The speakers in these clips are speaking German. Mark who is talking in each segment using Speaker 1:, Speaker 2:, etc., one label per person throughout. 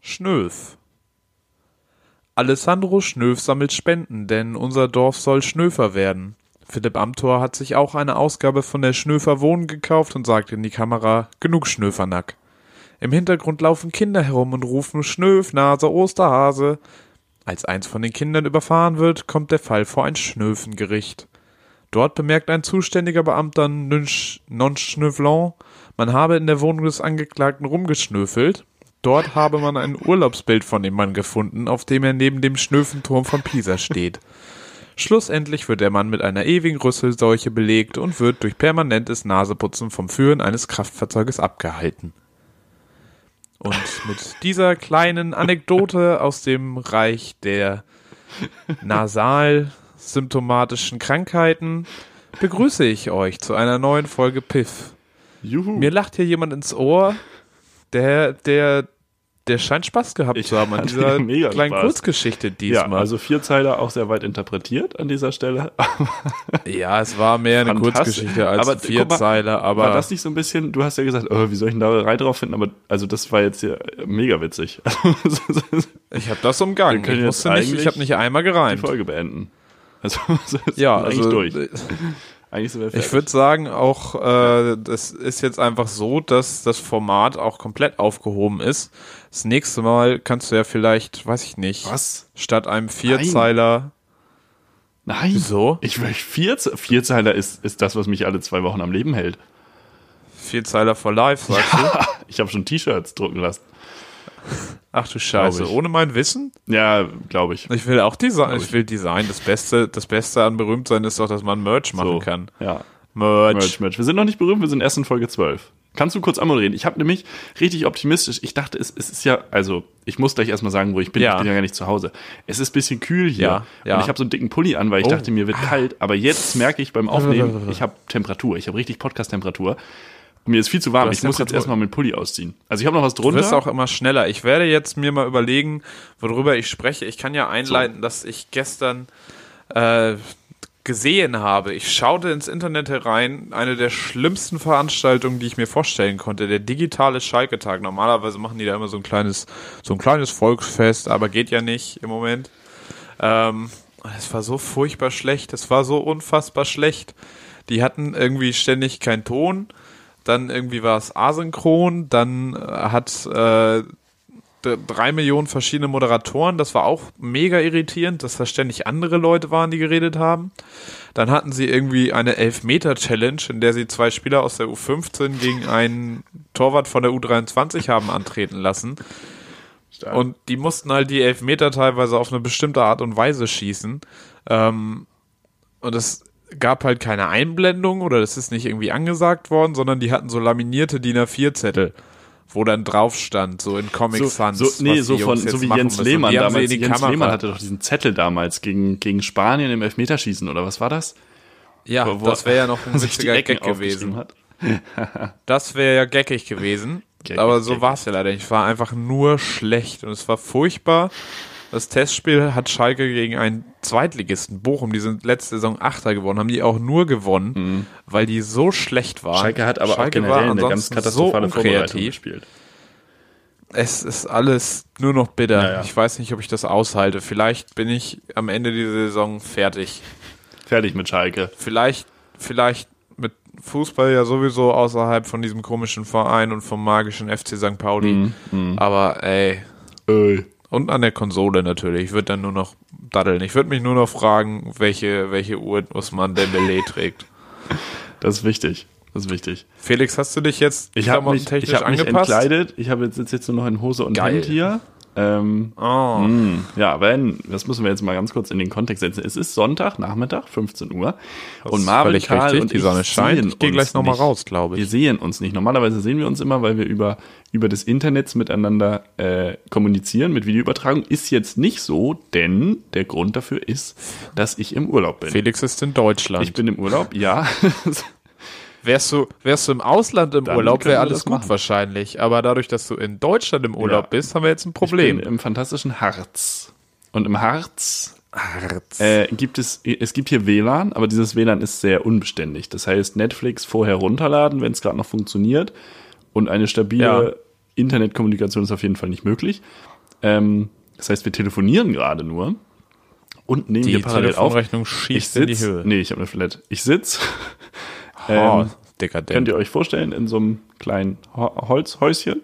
Speaker 1: Schnöf. Alessandro Schnöf sammelt Spenden, denn unser Dorf soll Schnöfer werden. Philipp Amthor hat sich auch eine Ausgabe von der Schnöfer Wohnen gekauft und sagt in die Kamera: Genug Schnöfernack. Im Hintergrund laufen Kinder herum und rufen Schnöfnase, Osterhase. Als eins von den Kindern überfahren wird, kommt der Fall vor ein Schnöfengericht. Dort bemerkt ein zuständiger Beamter nonch- nonchalant, man habe in der Wohnung des Angeklagten rumgeschnöfelt. Dort habe man ein Urlaubsbild von dem Mann gefunden, auf dem er neben dem Schnöfenturm von Pisa steht. Schlussendlich wird der Mann mit einer ewigen Rüsselseuche belegt und wird durch permanentes Naseputzen vom Führen eines Kraftfahrzeuges abgehalten. Und mit dieser kleinen Anekdote aus dem Reich der nasal-symptomatischen Krankheiten begrüße ich euch zu einer neuen Folge Piff.
Speaker 2: Juhu.
Speaker 1: Mir lacht hier jemand ins Ohr, der, der, der scheint Spaß gehabt
Speaker 2: Ich
Speaker 1: zu haben an
Speaker 2: hatte
Speaker 1: dieser
Speaker 2: mega
Speaker 1: kleinen
Speaker 2: Spaß.
Speaker 1: Kurzgeschichte
Speaker 2: ja,
Speaker 1: diesmal. Ja,
Speaker 2: also Vierzeiler auch sehr weit interpretiert an dieser Stelle.
Speaker 1: es war mehr eine
Speaker 2: Fantastisch.
Speaker 1: Kurzgeschichte als
Speaker 2: Aber,
Speaker 1: aber,
Speaker 2: guck mal,
Speaker 1: vier Zeile, aber
Speaker 2: War das nicht so ein bisschen, du hast ja gesagt, oh, wie soll ich denn da Reihe drauf finden, aber also das war jetzt hier mega witzig. Also, die
Speaker 1: ich habe das umgangen.
Speaker 2: Wir können
Speaker 1: Ich
Speaker 2: jetzt
Speaker 1: musste nicht,
Speaker 2: eigentlich
Speaker 1: ich habe nicht einmal gereimt.
Speaker 2: Folge beenden. Also, so ist
Speaker 1: Ja,
Speaker 2: eigentlich
Speaker 1: also
Speaker 2: durch. Eigentlich sind wir fertig.
Speaker 1: ich würde sagen, auch äh, das ist jetzt einfach so, dass das Format auch komplett aufgehoben ist. Das nächste Mal kannst du ja vielleicht, weiß ich nicht,
Speaker 2: Was?
Speaker 1: statt einem Vierzeiler.
Speaker 2: Nein.
Speaker 1: Wieso?
Speaker 2: Ich will vier, Vierzeiler ist, ist das, was mich alle zwei Wochen am Leben hält.
Speaker 1: Vierzeiler for Life, sagst du?
Speaker 2: Ich habe schon T-Shirts drucken lassen.
Speaker 1: Ach du Scheiße,
Speaker 2: ich.
Speaker 1: ohne mein Wissen?
Speaker 2: Ja, glaube ich.
Speaker 1: Ich will auch Design. Ich will Design. Das Beste, das Beste an Berühmtsein ist doch, dass man Merch machen
Speaker 2: So,
Speaker 1: kann.
Speaker 2: Ja.
Speaker 1: Merch.
Speaker 2: Merch, Merch. Wir sind noch nicht berühmt, wir sind erst in Folge 12. Kannst du kurz einmal reden? Ich habe nämlich richtig optimistisch. Ich dachte, es, es ist ja, also ich muss gleich erstmal sagen, wo ich bin.
Speaker 1: Ja.
Speaker 2: Ich bin ja gar nicht zu Hause. Es ist ein bisschen kühl hier.
Speaker 1: Ja, ja. Oh.
Speaker 2: Und ich habe so einen dicken Pulli an, weil ich dachte, mir wird kalt. Aber jetzt merke ich beim Aufnehmen, ich habe Temperatur. Ich habe richtig Podcast-Temperatur. Mir ist viel zu warm.
Speaker 1: hast
Speaker 2: Ich muss jetzt
Speaker 1: Temperatur.
Speaker 2: erstmal meinen Pulli ausziehen. Also ich habe noch was
Speaker 1: Du wirst
Speaker 2: drunter.
Speaker 1: auch immer schneller. Ich werde jetzt mir mal überlegen, worüber ich spreche. Ich kann ja einleiten, dass ich gestern äh, gesehen habe. Ich schaute ins Internet herein, eine der schlimmsten Veranstaltungen, die ich mir vorstellen konnte, der digitale Schalke-Tag. Normalerweise machen die da immer so ein kleines, so ein kleines Volksfest, aber geht ja nicht im Moment. Ähm, es war so furchtbar schlecht, es war so unfassbar schlecht. Die hatten irgendwie ständig keinen Ton, dann irgendwie war es asynchron, dann äh, hat äh, d- drei Millionen verschiedene Moderatoren, das war auch mega irritierend, dass da ständig andere Leute waren, die geredet haben. Dann hatten sie irgendwie eine Elfmeter-Challenge, in der sie zwei Spieler aus der U15 gegen einen Torwart von der U23 haben antreten lassen. Und die mussten halt die Elfmeter teilweise auf eine bestimmte Art und Weise schießen. Ähm, und es gab halt keine Einblendung oder das ist nicht irgendwie angesagt worden, sondern die hatten so laminierte DIN A4-Zettel, wo dann drauf stand, so in Comic
Speaker 2: so,
Speaker 1: Sans.
Speaker 2: so, nee,
Speaker 1: was
Speaker 2: so,
Speaker 1: die
Speaker 2: von,
Speaker 1: Jungs jetzt
Speaker 2: so wie
Speaker 1: machen
Speaker 2: Jens
Speaker 1: müssen. Die
Speaker 2: Lehmann
Speaker 1: haben sie
Speaker 2: damals.
Speaker 1: in die
Speaker 2: Jens
Speaker 1: Kamera.
Speaker 2: Lehmann hatte doch diesen Zettel damals gegen, gegen Spanien im Elfmeterschießen oder was war das?
Speaker 1: ja,
Speaker 2: Wo- wo
Speaker 1: das wäre ja noch ein
Speaker 2: er sich die
Speaker 1: richtiger
Speaker 2: Ecken
Speaker 1: Gag gewesen.
Speaker 2: aufgeschrieben Hat.
Speaker 1: Das wäre ja geckig gewesen.
Speaker 2: Geckig,
Speaker 1: aber so
Speaker 2: geckig.
Speaker 1: war es ja leider nicht. Es war einfach nur schlecht und es war furchtbar. Das Testspiel hat Schalke gegen einen Zweitligisten Bochum, die sind letzte Saison Achter geworden, haben die auch nur gewonnen, weil die so schlecht waren.
Speaker 2: Mhm. Schalke hat aber auch
Speaker 1: Schalke war
Speaker 2: generell eine ganz
Speaker 1: ansonsten
Speaker 2: katastrophale
Speaker 1: so
Speaker 2: Vorbereitung
Speaker 1: unkreativ.
Speaker 2: gespielt.
Speaker 1: Es ist alles nur noch bitter.
Speaker 2: Ja, ja.
Speaker 1: Ich weiß nicht, ob ich das aushalte. Vielleicht bin ich am Ende dieser Saison fertig.
Speaker 2: Fertig mit Schalke.
Speaker 1: vielleicht, vielleicht mit Fußball ja sowieso außerhalb von diesem komischen Verein und vom magischen FC St. Pauli.
Speaker 2: Mhm,
Speaker 1: Aber ey, und an der Konsole natürlich. Ich würde dann nur noch daddeln. Ich würde mich nur noch fragen, welche, welche Uhr Usman Dembele trägt.
Speaker 2: Das ist wichtig. Das ist wichtig.
Speaker 1: Felix, hast du dich jetzt
Speaker 2: Ich habe mich,
Speaker 1: klamottentechnisch
Speaker 2: ich hab mich
Speaker 1: angepasst?
Speaker 2: entkleidet. Ich habe jetzt, jetzt, jetzt nur noch in Hose und
Speaker 1: Geil.
Speaker 2: Hemd hier. Ähm,
Speaker 1: Oh.
Speaker 2: mh, ja, wenn, das müssen wir jetzt mal ganz kurz in den Kontext setzen. Es ist Sonntag, Nachmittag, 15 Uhr. und Marvin,
Speaker 1: völlig
Speaker 2: Karl
Speaker 1: richtig.
Speaker 2: und
Speaker 1: Die
Speaker 2: ich
Speaker 1: Sonne scheint.
Speaker 2: sehen
Speaker 1: Ich geh
Speaker 2: uns
Speaker 1: gleich noch mal
Speaker 2: nicht.
Speaker 1: raus, glaub ich.
Speaker 2: Wir sehen uns nicht. Normalerweise sehen wir uns immer, weil wir über, über das Internet miteinander äh, kommunizieren, mit Videoübertragung. Ist jetzt nicht so, denn der Grund dafür ist, dass ich im Urlaub bin.
Speaker 1: Felix ist in Deutschland.
Speaker 2: Ich bin im Urlaub, ja.
Speaker 1: Wärst du, wärst du im Ausland im
Speaker 2: Dann
Speaker 1: Urlaub,
Speaker 2: können
Speaker 1: wäre
Speaker 2: wir
Speaker 1: alles
Speaker 2: das
Speaker 1: gut
Speaker 2: machen.
Speaker 1: wahrscheinlich. Aber dadurch, dass du in Deutschland im Urlaub
Speaker 2: Ja.
Speaker 1: bist, haben wir jetzt ein
Speaker 2: bin
Speaker 1: Problem.
Speaker 2: im fantastischen Harz. Und im Harz
Speaker 1: Harz.
Speaker 2: äh, gibt es, es gibt hier WLAN, aber dieses WLAN ist sehr unbeständig. Das heißt, Netflix vorher runterladen, wenn es gerade noch funktioniert. Und eine stabile
Speaker 1: Ja.
Speaker 2: Internetkommunikation ist auf jeden Fall nicht möglich. Ähm, das heißt, wir telefonieren gerade nur und nehmen hier parallel auf. Ich
Speaker 1: schießt
Speaker 2: sitze. Nee, ich habe eine Flat. Ich sitze.
Speaker 1: oh,
Speaker 2: ähm, Könnt
Speaker 1: dekadent.
Speaker 2: ihr euch vorstellen, in so einem kleinen Ho Holzhäuschen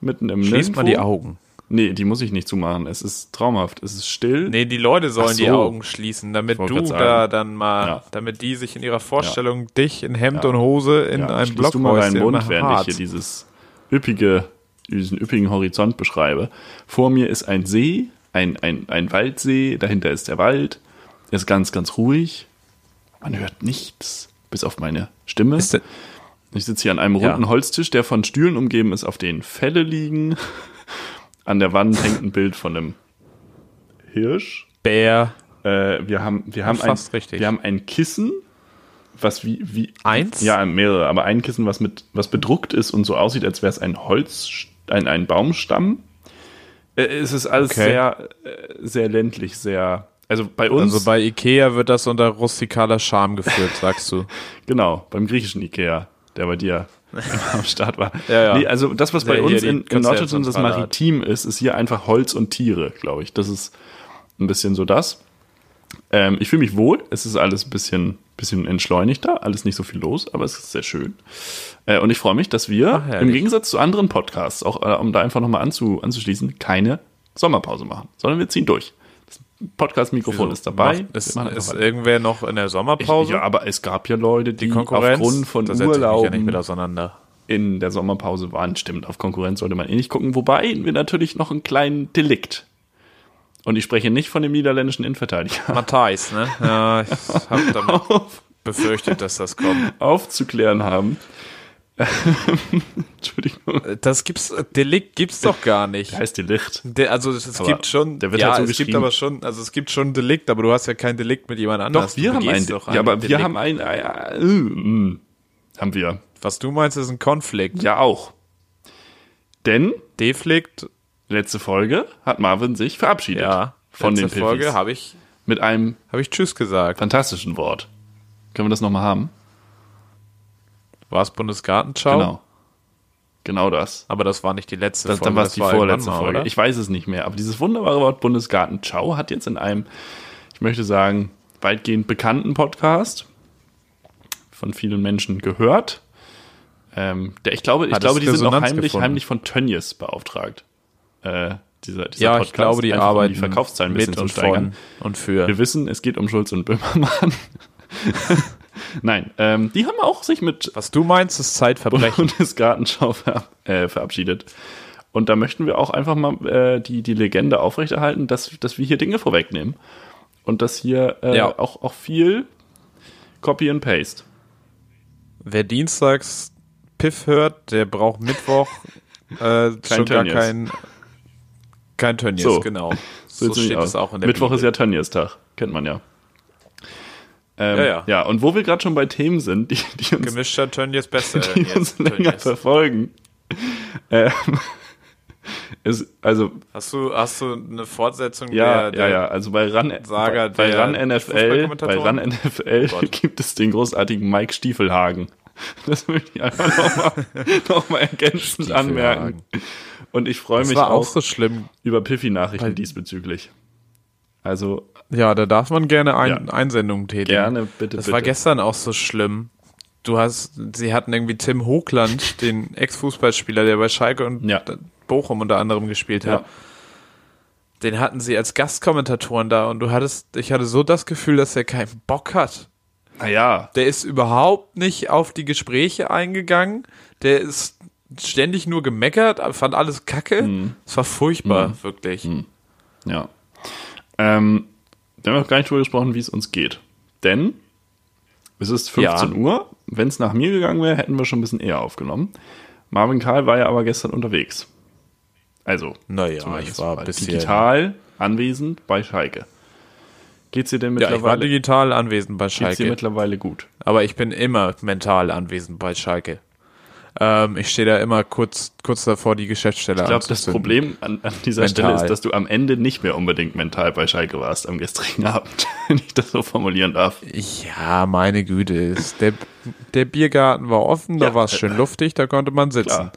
Speaker 2: mitten im
Speaker 1: Schließt mal die
Speaker 2: Nirgendwo.
Speaker 1: Augen.
Speaker 2: Nee, die muss ich nicht zumachen. Es ist traumhaft. Es ist still.
Speaker 1: Nee, die Leute sollen
Speaker 2: Ach
Speaker 1: die
Speaker 2: so.
Speaker 1: Augen schließen, damit
Speaker 2: wollte
Speaker 1: du
Speaker 2: grad
Speaker 1: da
Speaker 2: sagen.
Speaker 1: dann mal,
Speaker 2: Ja.
Speaker 1: damit die sich in ihrer Vorstellung dich in Hemd und Hose in
Speaker 2: Ja,
Speaker 1: einem
Speaker 2: schließ du mal
Speaker 1: Blockhäuschen
Speaker 2: deinen Mund,
Speaker 1: nach
Speaker 2: während ich
Speaker 1: Hart.
Speaker 2: hier dieses üppige, diesen üppigen Horizont beschreibe. Vor mir ist ein See, ein, ein, ein Waldsee, dahinter ist der Wald. Er ist ganz, ganz ruhig. Man hört nichts, bis auf meine Stimme.
Speaker 1: Ist denn-
Speaker 2: Ich sitze hier an einem
Speaker 1: Ja.
Speaker 2: runden Holztisch, der von Stühlen umgeben ist, auf denen Felle liegen. An der Wand hängt ein Bild von einem Hirsch.
Speaker 1: Bär.
Speaker 2: Äh, wir haben, wir haben, ein,
Speaker 1: Fast richtig.
Speaker 2: wir haben ein Kissen, was wie, wie.
Speaker 1: Eins?
Speaker 2: Ja, mehrere, aber ein Kissen, was mit, was bedruckt ist und so aussieht, als wäre es ein Holz, ein, ein Baumstamm. Äh, es ist alles
Speaker 1: Okay.
Speaker 2: sehr, äh, sehr ländlich, sehr. Also bei uns,
Speaker 1: Also bei Ikea wird das unter rustikaler Charme geführt, sagst du.
Speaker 2: genau, beim griechischen Ikea, der bei dir am Start war.
Speaker 1: Ja, ja.
Speaker 2: Nee, also das, was bei
Speaker 1: Der hier
Speaker 2: uns
Speaker 1: die
Speaker 2: in, in Norddeutschland das
Speaker 1: Konzernzentrale hat.
Speaker 2: Maritim ist, ist hier einfach Holz und Tiere, glaube ich. Das ist ein bisschen so das. Ähm, ich fühle mich wohl. Es ist alles ein bisschen, bisschen entschleunigter, alles nicht so viel los, aber es ist sehr schön. Äh, und ich freue mich, dass wir
Speaker 1: Ach, herrlich.
Speaker 2: im Gegensatz zu anderen Podcasts, auch äh, um da einfach nochmal anzu, anzuschließen, keine Sommerpause machen, sondern wir ziehen durch. Das Podcast-Mikrofon ist dabei.
Speaker 1: Macht, ist,
Speaker 2: Wir machen einfach
Speaker 1: ist
Speaker 2: weiter.
Speaker 1: irgendwer noch in der
Speaker 2: Ich-
Speaker 1: Sommerpause?
Speaker 2: Ja, aber es gab ja Leute, die,
Speaker 1: Konkurrenz?
Speaker 2: aufgrund von
Speaker 1: da setze ich mich ja nicht
Speaker 2: Urlauben
Speaker 1: mit auseinander.
Speaker 2: in der Sommerpause waren. Stimmt, auf Konkurrenz sollte man eh nicht gucken. Wobei wir natürlich noch einen kleinen Delikt. Und ich spreche nicht von dem niederländischen Innenverteidiger.
Speaker 1: Matthijs, ne? Ja, ich hab damit befürchtet, dass das kommt.
Speaker 2: Aufzuklären haben. Entschuldigung.
Speaker 1: Das gibt's, Delikt gibt's doch gar nicht.
Speaker 2: Heißt Delikt.
Speaker 1: Der, also es, es
Speaker 2: Aber
Speaker 1: gibt schon,
Speaker 2: der wird
Speaker 1: ja,
Speaker 2: halt so
Speaker 1: es gibt
Speaker 2: geschrieben.
Speaker 1: aber schon, also es gibt schon ein Delikt, aber du hast ja kein Delikt mit jemand
Speaker 2: Doch,
Speaker 1: anders.
Speaker 2: wir
Speaker 1: du
Speaker 2: haben
Speaker 1: begehst
Speaker 2: einen.
Speaker 1: doch
Speaker 2: ja, aber wir
Speaker 1: Delikt.
Speaker 2: haben einen. Äh, äh, äh, mm, haben wir.
Speaker 1: Was du meinst, ist ein Konflikt.
Speaker 2: Ja, auch. Denn
Speaker 1: Deflikt,
Speaker 2: letzte Folge hat Marvin sich verabschiedet.
Speaker 1: ja.
Speaker 2: Von
Speaker 1: letzte
Speaker 2: den Piffis.
Speaker 1: Folge habe ich,
Speaker 2: Mit einem
Speaker 1: hab ich Tschüss gesagt.
Speaker 2: fantastischen Wort. Können wir das nochmal haben?
Speaker 1: War es Bundesgartenschau?
Speaker 2: Genau. Genau das.
Speaker 1: Aber das war nicht die letzte
Speaker 2: das
Speaker 1: Folge.
Speaker 2: dann war es
Speaker 1: das
Speaker 2: die
Speaker 1: irgendwann
Speaker 2: vorletzte
Speaker 1: mal,
Speaker 2: Folge.
Speaker 1: oder?
Speaker 2: Ich weiß es nicht mehr. Aber dieses wunderbare Wort Bundesgarten Ciao hat jetzt in einem, ich möchte sagen, weitgehend bekannten Podcast von vielen Menschen gehört. Ähm, der, ich glaube, ich
Speaker 1: Hat es
Speaker 2: glaube die sind auch
Speaker 1: Resonanz
Speaker 2: heimlich,
Speaker 1: gefunden?
Speaker 2: heimlich von Tönnies beauftragt. Äh, dieser, dieser
Speaker 1: ja,
Speaker 2: Podcast.
Speaker 1: ich glaube, die
Speaker 2: Einfach, um
Speaker 1: arbeiten
Speaker 2: die Verkaufszahlen ein bisschen
Speaker 1: mit
Speaker 2: zu
Speaker 1: und
Speaker 2: steigern.
Speaker 1: von und für.
Speaker 2: Wir wissen, es geht um Schulz und Böhmermann. Nein, ähm, die haben auch sich mit
Speaker 1: Was du meinst, ist Zeitverbrechen.
Speaker 2: Bundesgartenschau ver äh, verabschiedet. Und da möchten wir auch einfach mal äh, die, die Legende aufrechterhalten, dass, dass wir hier Dinge vorwegnehmen. Und dass hier äh,
Speaker 1: Ja.
Speaker 2: auch, auch viel Copy and Paste.
Speaker 1: Wer dienstags Piff hört, der braucht Mittwoch äh, schon gar
Speaker 2: Tönnies.
Speaker 1: kein, kein Tönnies,
Speaker 2: So.
Speaker 1: genau.
Speaker 2: So
Speaker 1: So
Speaker 2: sieht's nämlich
Speaker 1: steht es
Speaker 2: aus.
Speaker 1: auch in der
Speaker 2: Mittwoch
Speaker 1: Bibel.
Speaker 2: ist ja Tönnies-Tag, kennt man ja. Ähm,
Speaker 1: Ja,
Speaker 2: ja,
Speaker 1: ja.
Speaker 2: ja. und wo wir gerade schon bei Themen sind, die, die uns
Speaker 1: Gemischter Tönnies besser.
Speaker 2: die uns länger verfolgen. Ähm, es, also,
Speaker 1: Hast du, hast du eine Fortsetzung der,
Speaker 2: ja,
Speaker 1: der
Speaker 2: ja, ja, also bei RAN,
Speaker 1: Saga
Speaker 2: bei, bei
Speaker 1: der
Speaker 2: RAN NFL, bei
Speaker 1: Fußballkommentatoren?
Speaker 2: RAN NFL
Speaker 1: Gott.
Speaker 2: gibt es den großartigen Mike Stiefelhagen. Das möchte ich einfach nochmal noch mal ergänzend anmerken. Und ich freue
Speaker 1: Das
Speaker 2: mich
Speaker 1: war auch
Speaker 2: auch
Speaker 1: so schlimm.
Speaker 2: über Piffy-Nachrichten diesbezüglich. Also,
Speaker 1: Ja, da darf man gerne ein,
Speaker 2: Ja.
Speaker 1: Einsendungen tätigen.
Speaker 2: Gerne, bitte,
Speaker 1: Das
Speaker 2: bitte.
Speaker 1: war gestern auch so schlimm. Du hast, sie hatten irgendwie Tim Hochland, den Ex-Fußballspieler, der bei Schalke und
Speaker 2: Ja.
Speaker 1: Bochum unter anderem gespielt hat.
Speaker 2: Ja.
Speaker 1: Den hatten sie als Gastkommentatoren da und du hattest, ich hatte so das Gefühl, dass er keinen Bock hat.
Speaker 2: naja,
Speaker 1: Der ist überhaupt nicht auf die Gespräche eingegangen. Der ist ständig nur gemeckert, fand alles kacke.
Speaker 2: Mhm.
Speaker 1: Es war furchtbar, wirklich.
Speaker 2: Ja. Ähm, wir haben noch gar nicht drüber gesprochen, wie es uns geht. Denn es ist 15
Speaker 1: Ja.
Speaker 2: Uhr. Wenn es nach mir gegangen wäre, hätten wir schon ein bisschen eher aufgenommen. Marvin Karl war ja aber gestern unterwegs. Also,
Speaker 1: Naja,
Speaker 2: zumindest
Speaker 1: Ah, ich war ein bisschen.
Speaker 2: digital anwesend bei Schalke. Geht's dir denn
Speaker 1: Ja, ich war
Speaker 2: mittlerweile,
Speaker 1: digital anwesend bei
Speaker 2: geht's dir
Speaker 1: Schalke.
Speaker 2: mittlerweile gut?
Speaker 1: Aber ich bin immer mental anwesend bei Schalke. Ähm, ich stehe da immer kurz, kurz davor, die Geschäftsstelle
Speaker 2: Ich glaube, das
Speaker 1: anzuzünden.
Speaker 2: Problem an, an dieser
Speaker 1: Mental.
Speaker 2: Stelle ist, dass du am Ende nicht mehr unbedingt mental bei Schalke warst am gestrigen Abend, wenn ich das so formulieren darf.
Speaker 1: Ja, meine Güte. Ist der, der Biergarten war offen, da
Speaker 2: Ja.
Speaker 1: war es schön luftig, da konnte man sitzen.
Speaker 2: Klar.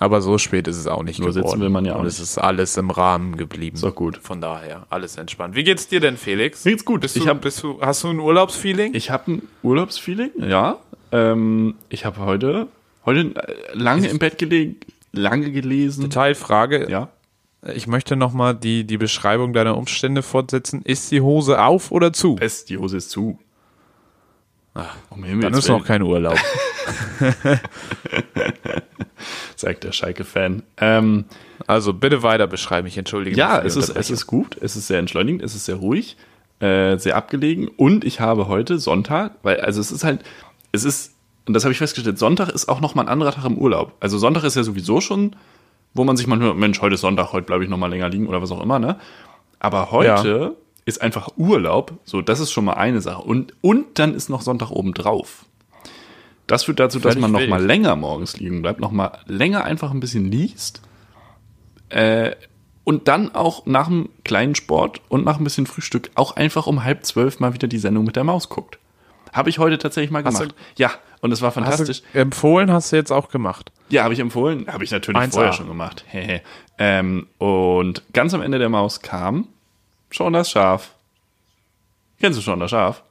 Speaker 1: Aber so spät ist es auch nicht
Speaker 2: Nur sitzen will man ja auch
Speaker 1: Und es ist alles im Rahmen geblieben.
Speaker 2: Ist doch gut.
Speaker 1: Von daher, alles entspannt. Wie geht's dir denn, Felix?
Speaker 2: Mir geht's gut.
Speaker 1: Bist
Speaker 2: Ich
Speaker 1: du,
Speaker 2: hab-
Speaker 1: bist du, hast du ein Urlaubsfeeling?
Speaker 2: Ich habe ein Urlaubsfeeling, ja. Ähm, ich habe heute, heute äh, lange im Bett gelegen, lange gelesen.
Speaker 1: Teilfrage.
Speaker 2: Ja.
Speaker 1: Ich möchte nochmal die, die Beschreibung deiner Umstände fortsetzen. Ist die Hose auf oder zu?
Speaker 2: Es, die Hose ist zu. Ach, um Himmels
Speaker 1: Dann ist
Speaker 2: Willen,
Speaker 1: noch kein Urlaub.
Speaker 2: sagt der Schalke-Fan. Ähm,
Speaker 1: Also bitte weiter beschreiben. Ich entschuldige
Speaker 2: ja,
Speaker 1: mich. für die
Speaker 2: es ist, es
Speaker 1: Unterbrechung.
Speaker 2: ist gut, es ist sehr entschleunigend, es ist sehr ruhig, äh, sehr abgelegen und ich habe heute Sonntag, weil, also es ist halt, es ist, und das habe ich festgestellt, Sonntag ist auch nochmal ein anderer Tag im Urlaub. Also Sonntag ist ja sowieso schon, wo man sich manchmal, Mensch, heute ist Sonntag, heute bleibe ich nochmal länger liegen oder was auch immer, ne? Aber heute ist einfach Urlaub, so, das ist schon mal eine Sache. Und, und dann ist noch Sonntag obendrauf. Das führt dazu, dass
Speaker 1: Völlig
Speaker 2: man
Speaker 1: wild.
Speaker 2: nochmal länger morgens liegen bleibt, nochmal länger einfach ein bisschen liest. Äh, und dann auch nach einem kleinen Sport und nach ein bisschen Frühstück auch einfach um halb zwölf mal wieder die Sendung mit der Maus guckt. Habe ich heute tatsächlich mal
Speaker 1: Hast
Speaker 2: gemacht. ja, und es war fantastisch.
Speaker 1: Hast du empfohlen hast du jetzt auch gemacht.
Speaker 2: Ja, habe ich empfohlen. Habe ich natürlich
Speaker 1: 1A.
Speaker 2: vorher schon gemacht. Hehe. ähm, und ganz am Ende der Maus kam schon das Schaf. Kennst du schon das Schaf?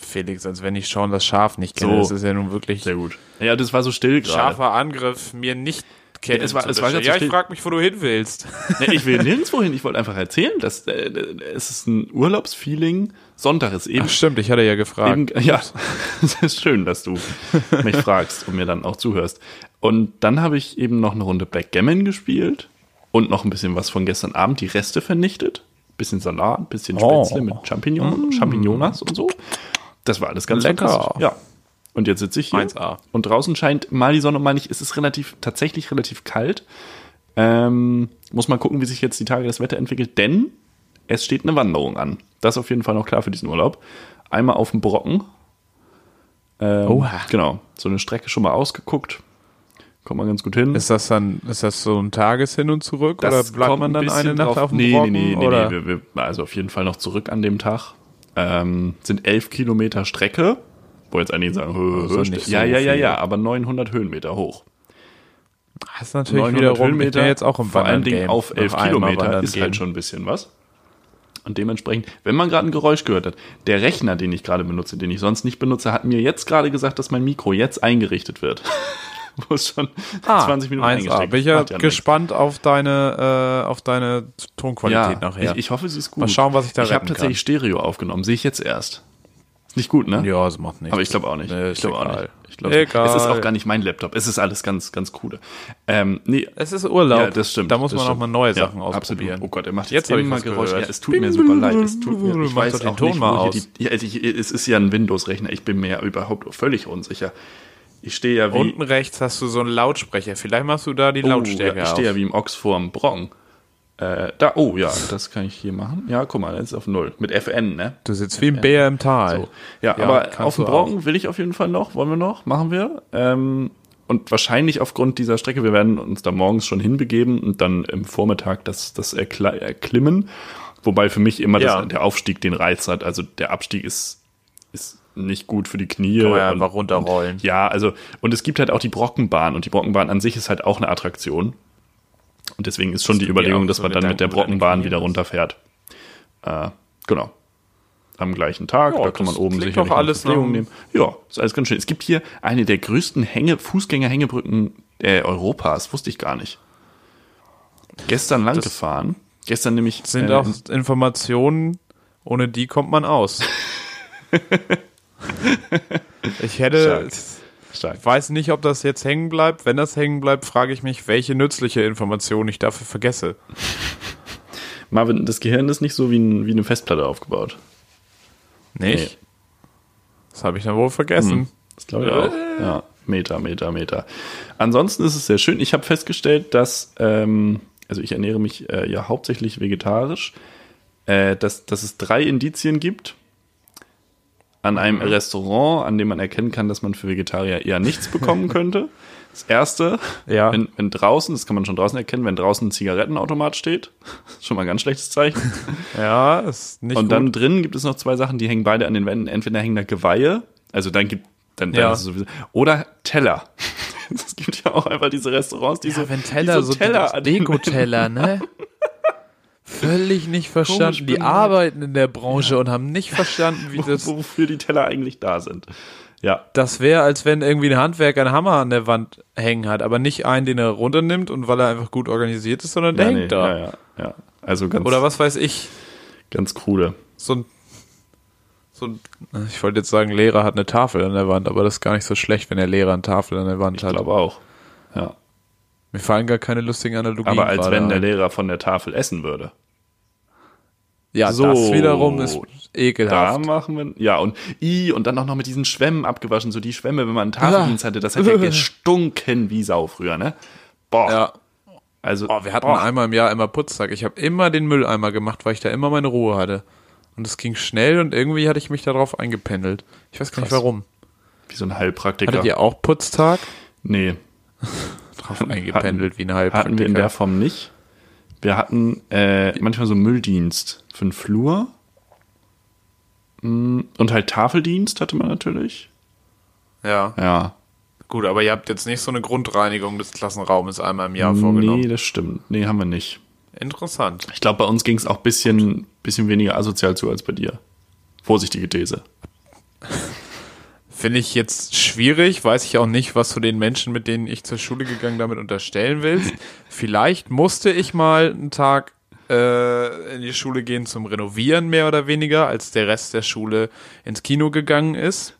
Speaker 1: Felix, als wenn ich schon das Schaf nicht kenne.
Speaker 2: So.
Speaker 1: Das ist ja nun wirklich
Speaker 2: gut. Ja, das war so still gerade.
Speaker 1: scharfer Angriff, mir nicht kennen.
Speaker 2: Ja, es war-
Speaker 1: zu
Speaker 2: es war
Speaker 1: unterstellen.
Speaker 2: ganz
Speaker 1: ja,
Speaker 2: still.
Speaker 1: ich frage mich, wo du hin willst.
Speaker 2: Nee, ich will nirgendwo hin. Ich wollte einfach erzählen, dass äh, es ist ein Urlaubsfeeling. Sonntag ist eben
Speaker 1: Stimmt, ich hatte ja gefragt.
Speaker 2: Eben, ja, es ist schön, dass du mich fragst und mir dann auch zuhörst. Und dann habe ich eben noch eine Runde Backgammon gespielt und noch ein bisschen was von gestern Abend, die Reste vernichtet. Bisschen Salat, bisschen
Speaker 1: Oh. Mm.
Speaker 2: Spätzle mit Champignon, Champignonas und so. Das war alles ganz
Speaker 1: Lecker.
Speaker 2: fantastisch. Ja. Und jetzt sitze ich hier
Speaker 1: 1A.
Speaker 2: und draußen scheint mal die Sonne, mal nicht. Es ist relativ, tatsächlich relativ kalt. Ähm, muss mal gucken, wie sich jetzt die Tage das Wetter entwickelt, denn es steht eine Wanderung an. Das ist auf jeden Fall noch klar für diesen Urlaub. Einmal auf dem Brocken. Ähm,
Speaker 1: Oha.
Speaker 2: Genau, so eine Strecke schon mal ausgeguckt. Kommt man ganz gut hin.
Speaker 1: Ist das dann, ist das so ein Tages hin und zurück
Speaker 2: Das
Speaker 1: oder bleibt
Speaker 2: kommt
Speaker 1: man dann
Speaker 2: ein
Speaker 1: eine
Speaker 2: bisschen
Speaker 1: Nacht
Speaker 2: drauf-
Speaker 1: auf dem
Speaker 2: nee,
Speaker 1: Brocken?
Speaker 2: Nee, nee, nee,
Speaker 1: oder?
Speaker 2: nee. Wir, wir, also auf jeden Fall noch zurück an dem Tag. Ähm, sind elf Kilometer Strecke, wo jetzt einige sagen, hö, hö,
Speaker 1: Also
Speaker 2: hö,
Speaker 1: nicht so
Speaker 2: ja, ja, ja,
Speaker 1: viel.
Speaker 2: ja, aber 900 Höhenmeter hoch.
Speaker 1: Das ist natürlich wiederum, ich bin ja jetzt auch im
Speaker 2: vor allen
Speaker 1: Wandern-Game.
Speaker 2: Dingen auf
Speaker 1: Noch
Speaker 2: elf
Speaker 1: einmal
Speaker 2: Kilometer
Speaker 1: wandern
Speaker 2: ist
Speaker 1: gehen.
Speaker 2: halt schon ein bisschen was. Und dementsprechend, wenn man gerade ein Geräusch gehört hat, der Rechner, den ich gerade benutze, den ich sonst nicht benutze, hat mir jetzt gerade gesagt, dass mein Mikro jetzt eingerichtet wird. Wo es schon
Speaker 1: Ah,
Speaker 2: 20 Minuten
Speaker 1: 1A.
Speaker 2: eingesteckt
Speaker 1: Bin ich ja
Speaker 2: Macht nichts.
Speaker 1: gespannt auf deine, äh, auf deine Tonqualität nachher.
Speaker 2: Ich, ich hoffe, sie ist gut.
Speaker 1: Mal schauen, was ich da
Speaker 2: Ich habe
Speaker 1: retten kann.
Speaker 2: tatsächlich Stereo aufgenommen, sehe ich jetzt erst. Ist nicht gut, ne?
Speaker 1: ja, das macht nichts.
Speaker 2: Aber ich glaube auch nicht.
Speaker 1: Nee,
Speaker 2: ich
Speaker 1: ist
Speaker 2: glaube auch
Speaker 1: egal.
Speaker 2: nicht. Ich glaub,
Speaker 1: Egal.
Speaker 2: Es ist auch gar nicht mein Laptop. Es ist alles ganz, ganz coole. Ähm, nee,
Speaker 1: Es ist Urlaub.
Speaker 2: ja, das stimmt.
Speaker 1: Da muss
Speaker 2: das
Speaker 1: man auch
Speaker 2: stimmt.
Speaker 1: mal neue Sachen
Speaker 2: ja,
Speaker 1: ausprobieren.
Speaker 2: Absolut. Oh Gott, er macht
Speaker 1: Jetzt
Speaker 2: jetzt,
Speaker 1: hab ich
Speaker 2: immer
Speaker 1: was
Speaker 2: Geräusche.
Speaker 1: gehört.
Speaker 2: Ja, es tut mir super leid. Es tut mir, ich
Speaker 1: Mach
Speaker 2: weiß
Speaker 1: doch den
Speaker 2: auch
Speaker 1: Ton
Speaker 2: nicht,
Speaker 1: mal
Speaker 2: wo hier
Speaker 1: aus.
Speaker 2: die, ja, also ich, es ist ja ein Windows-Rechner. Ich bin mir ja überhaupt völlig unsicher. Ich stehe ja wie,
Speaker 1: Unten rechts hast du so einen Lautsprecher. Vielleicht machst du da die
Speaker 2: Oh,
Speaker 1: Lautstärke
Speaker 2: ja, Ich stehe ja wie im Ochs vorm Brong. Äh, da, oh ja, das kann ich hier machen. Ja, guck mal, jetzt auf Null. Mit FN, ne?
Speaker 1: Du sitzt wie ein Bär im Tal.
Speaker 2: So. Ja,
Speaker 1: Ja,
Speaker 2: aber
Speaker 1: kannst
Speaker 2: auf dem
Speaker 1: du
Speaker 2: Brocken will ich auf jeden Fall noch, wollen wir noch, machen wir. Ähm, und wahrscheinlich aufgrund dieser Strecke, wir werden uns da morgens schon hinbegeben und dann im Vormittag das, das erkle- erklimmen. Wobei für mich immer
Speaker 1: Ja.
Speaker 2: das, der Aufstieg den Reiz hat. Also der Abstieg ist, ist nicht gut für die Knie.
Speaker 1: man ja
Speaker 2: und-
Speaker 1: einfach runterrollen.
Speaker 2: Ja, also, und es gibt halt auch die Brockenbahn und die Brockenbahn an sich ist halt auch eine Attraktion. Und deswegen ist schon die
Speaker 1: tut mir
Speaker 2: Überlegung,
Speaker 1: auch
Speaker 2: dass
Speaker 1: so
Speaker 2: man dann
Speaker 1: leid,
Speaker 2: mit der
Speaker 1: wo deine
Speaker 2: Brockenbahn
Speaker 1: Knie
Speaker 2: wieder
Speaker 1: ist.
Speaker 2: runterfährt. Äh, genau. Am gleichen Tag,
Speaker 1: Ja,
Speaker 2: da kann
Speaker 1: das
Speaker 2: man oben
Speaker 1: klingt
Speaker 2: sicherlich
Speaker 1: doch
Speaker 2: noch
Speaker 1: alles ne?
Speaker 2: Verpflegung
Speaker 1: nach-
Speaker 2: nehmen. Ja, ist alles ganz schön. Es gibt hier eine der größten Hänge, Fußgänger-Hängebrücken äh, Europas, wusste ich gar nicht. Gestern lang gefahren. Gestern nämlich
Speaker 1: Sind
Speaker 2: äh,
Speaker 1: auch Informationen, ohne die kommt man aus. ich hätte,
Speaker 2: stark.
Speaker 1: weiß nicht, ob das jetzt hängen bleibt. Wenn das hängen bleibt, frage ich mich, welche nützliche Information ich dafür vergesse.
Speaker 2: Marvin, das Gehirn ist nicht so wie, ein, wie eine Festplatte aufgebaut.
Speaker 1: Nicht? Das habe ich dann wohl vergessen.
Speaker 2: Das glaube ich auch. Ja, Meter, Meter, Meter. Ansonsten ist es sehr schön. Ich habe festgestellt, dass, ähm, also ich ernähre mich äh, ja hauptsächlich vegetarisch, äh, dass, dass es drei Indizien gibt an einem Restaurant, an dem man erkennen kann, dass man für Vegetarier eher nichts bekommen könnte. Das erste,
Speaker 1: Ja.
Speaker 2: wenn, wenn draußen, das kann man schon draußen erkennen, wenn draußen ein Zigarettenautomat steht, schon mal ein ganz schlechtes Zeichen.
Speaker 1: Hm. Ja, ist nicht
Speaker 2: Und
Speaker 1: gut.
Speaker 2: dann drinnen gibt es noch zwei Sachen, die hängen beide an den Wänden. Entweder hängen da Geweihe, also dann gibt dann, dann
Speaker 1: Ja.
Speaker 2: ist es sowieso, oder Teller. Es gibt ja auch einfach diese Restaurants, die so,
Speaker 1: wenn
Speaker 2: die
Speaker 1: Teller, so,
Speaker 2: Teller an den
Speaker 1: Deko-Teller, ne? Völlig nicht
Speaker 2: Komisch
Speaker 1: verstanden. Die
Speaker 2: benutzt.
Speaker 1: arbeiten in der Branche und haben nicht verstanden, wie
Speaker 2: Wo-
Speaker 1: das.
Speaker 2: wofür die Teller eigentlich da sind. Ja,
Speaker 1: Das wäre, als wenn irgendwie ein Handwerker einen Hammer an der Wand hängen hat, aber nicht einen, den er runternimmt und weil er einfach gut organisiert ist, sondern der
Speaker 2: ja,
Speaker 1: hängt
Speaker 2: nee,
Speaker 1: da.
Speaker 2: ja, ja, ja. Also ganz,
Speaker 1: Oder was weiß ich.
Speaker 2: ganz krude.
Speaker 1: So ein, so ein ich wollte jetzt sagen, Lehrer hat eine Tafel an der Wand, aber das ist gar nicht so schlecht, wenn der Lehrer eine Tafel an der Wand
Speaker 2: Ich
Speaker 1: hat.
Speaker 2: glaube auch. Ja.
Speaker 1: Mir fallen gar keine lustigen Analogien.
Speaker 2: Aber als
Speaker 1: gerade
Speaker 2: wenn der
Speaker 1: ein.
Speaker 2: Lehrer von der Tafel essen würde.
Speaker 1: Ja,
Speaker 2: So.
Speaker 1: das wiederum ist
Speaker 2: Da
Speaker 1: ekelhaft.
Speaker 2: machen wir. Ja, und i und dann auch noch mit diesen Schwämmen abgewaschen, so die Schwämme, wenn man einen Tafeldienst hatte, das hat ja gestunken wie Sau früher, ne? Boah.
Speaker 1: Ja.
Speaker 2: Also,
Speaker 1: Oh, wir hatten
Speaker 2: boah.
Speaker 1: einmal im Jahr immer Putztag. Ich habe immer den Mülleimer gemacht, weil ich da immer meine Ruhe hatte. Und es ging schnell und irgendwie hatte ich mich darauf eingependelt. Ich weiß gar nicht
Speaker 2: Krass.
Speaker 1: warum.
Speaker 2: wie so ein Heilpraktiker.
Speaker 1: Hattet ihr auch Putztag?
Speaker 2: Nee,
Speaker 1: Drauf
Speaker 2: Hatten-
Speaker 1: eingependelt wie ein
Speaker 2: hatten wir in der
Speaker 1: Heilpraktiker.
Speaker 2: Form nicht. Wir hatten äh, manchmal so Mülldienst für den Flur. Mm, Und halt Tafeldienst hatte man natürlich.
Speaker 1: Ja,
Speaker 2: Ja.
Speaker 1: gut, aber ihr habt jetzt nicht so eine Grundreinigung des Klassenraumes einmal im Jahr
Speaker 2: Nee,
Speaker 1: vorgenommen.
Speaker 2: das stimmt. Nee, haben wir nicht.
Speaker 1: Interessant.
Speaker 2: Ich glaube, bei uns ging es auch ein bisschen, bisschen weniger asozial zu als bei dir. Vorsichtige These.
Speaker 1: Finde ich jetzt schwierig, weiß ich auch nicht, was du den Menschen, mit denen ich zur Schule gegangen damit unterstellen willst. Vielleicht musste ich mal einen Tag äh, in die Schule gehen zum Renovieren, mehr oder weniger, als der Rest der Schule ins Kino gegangen ist,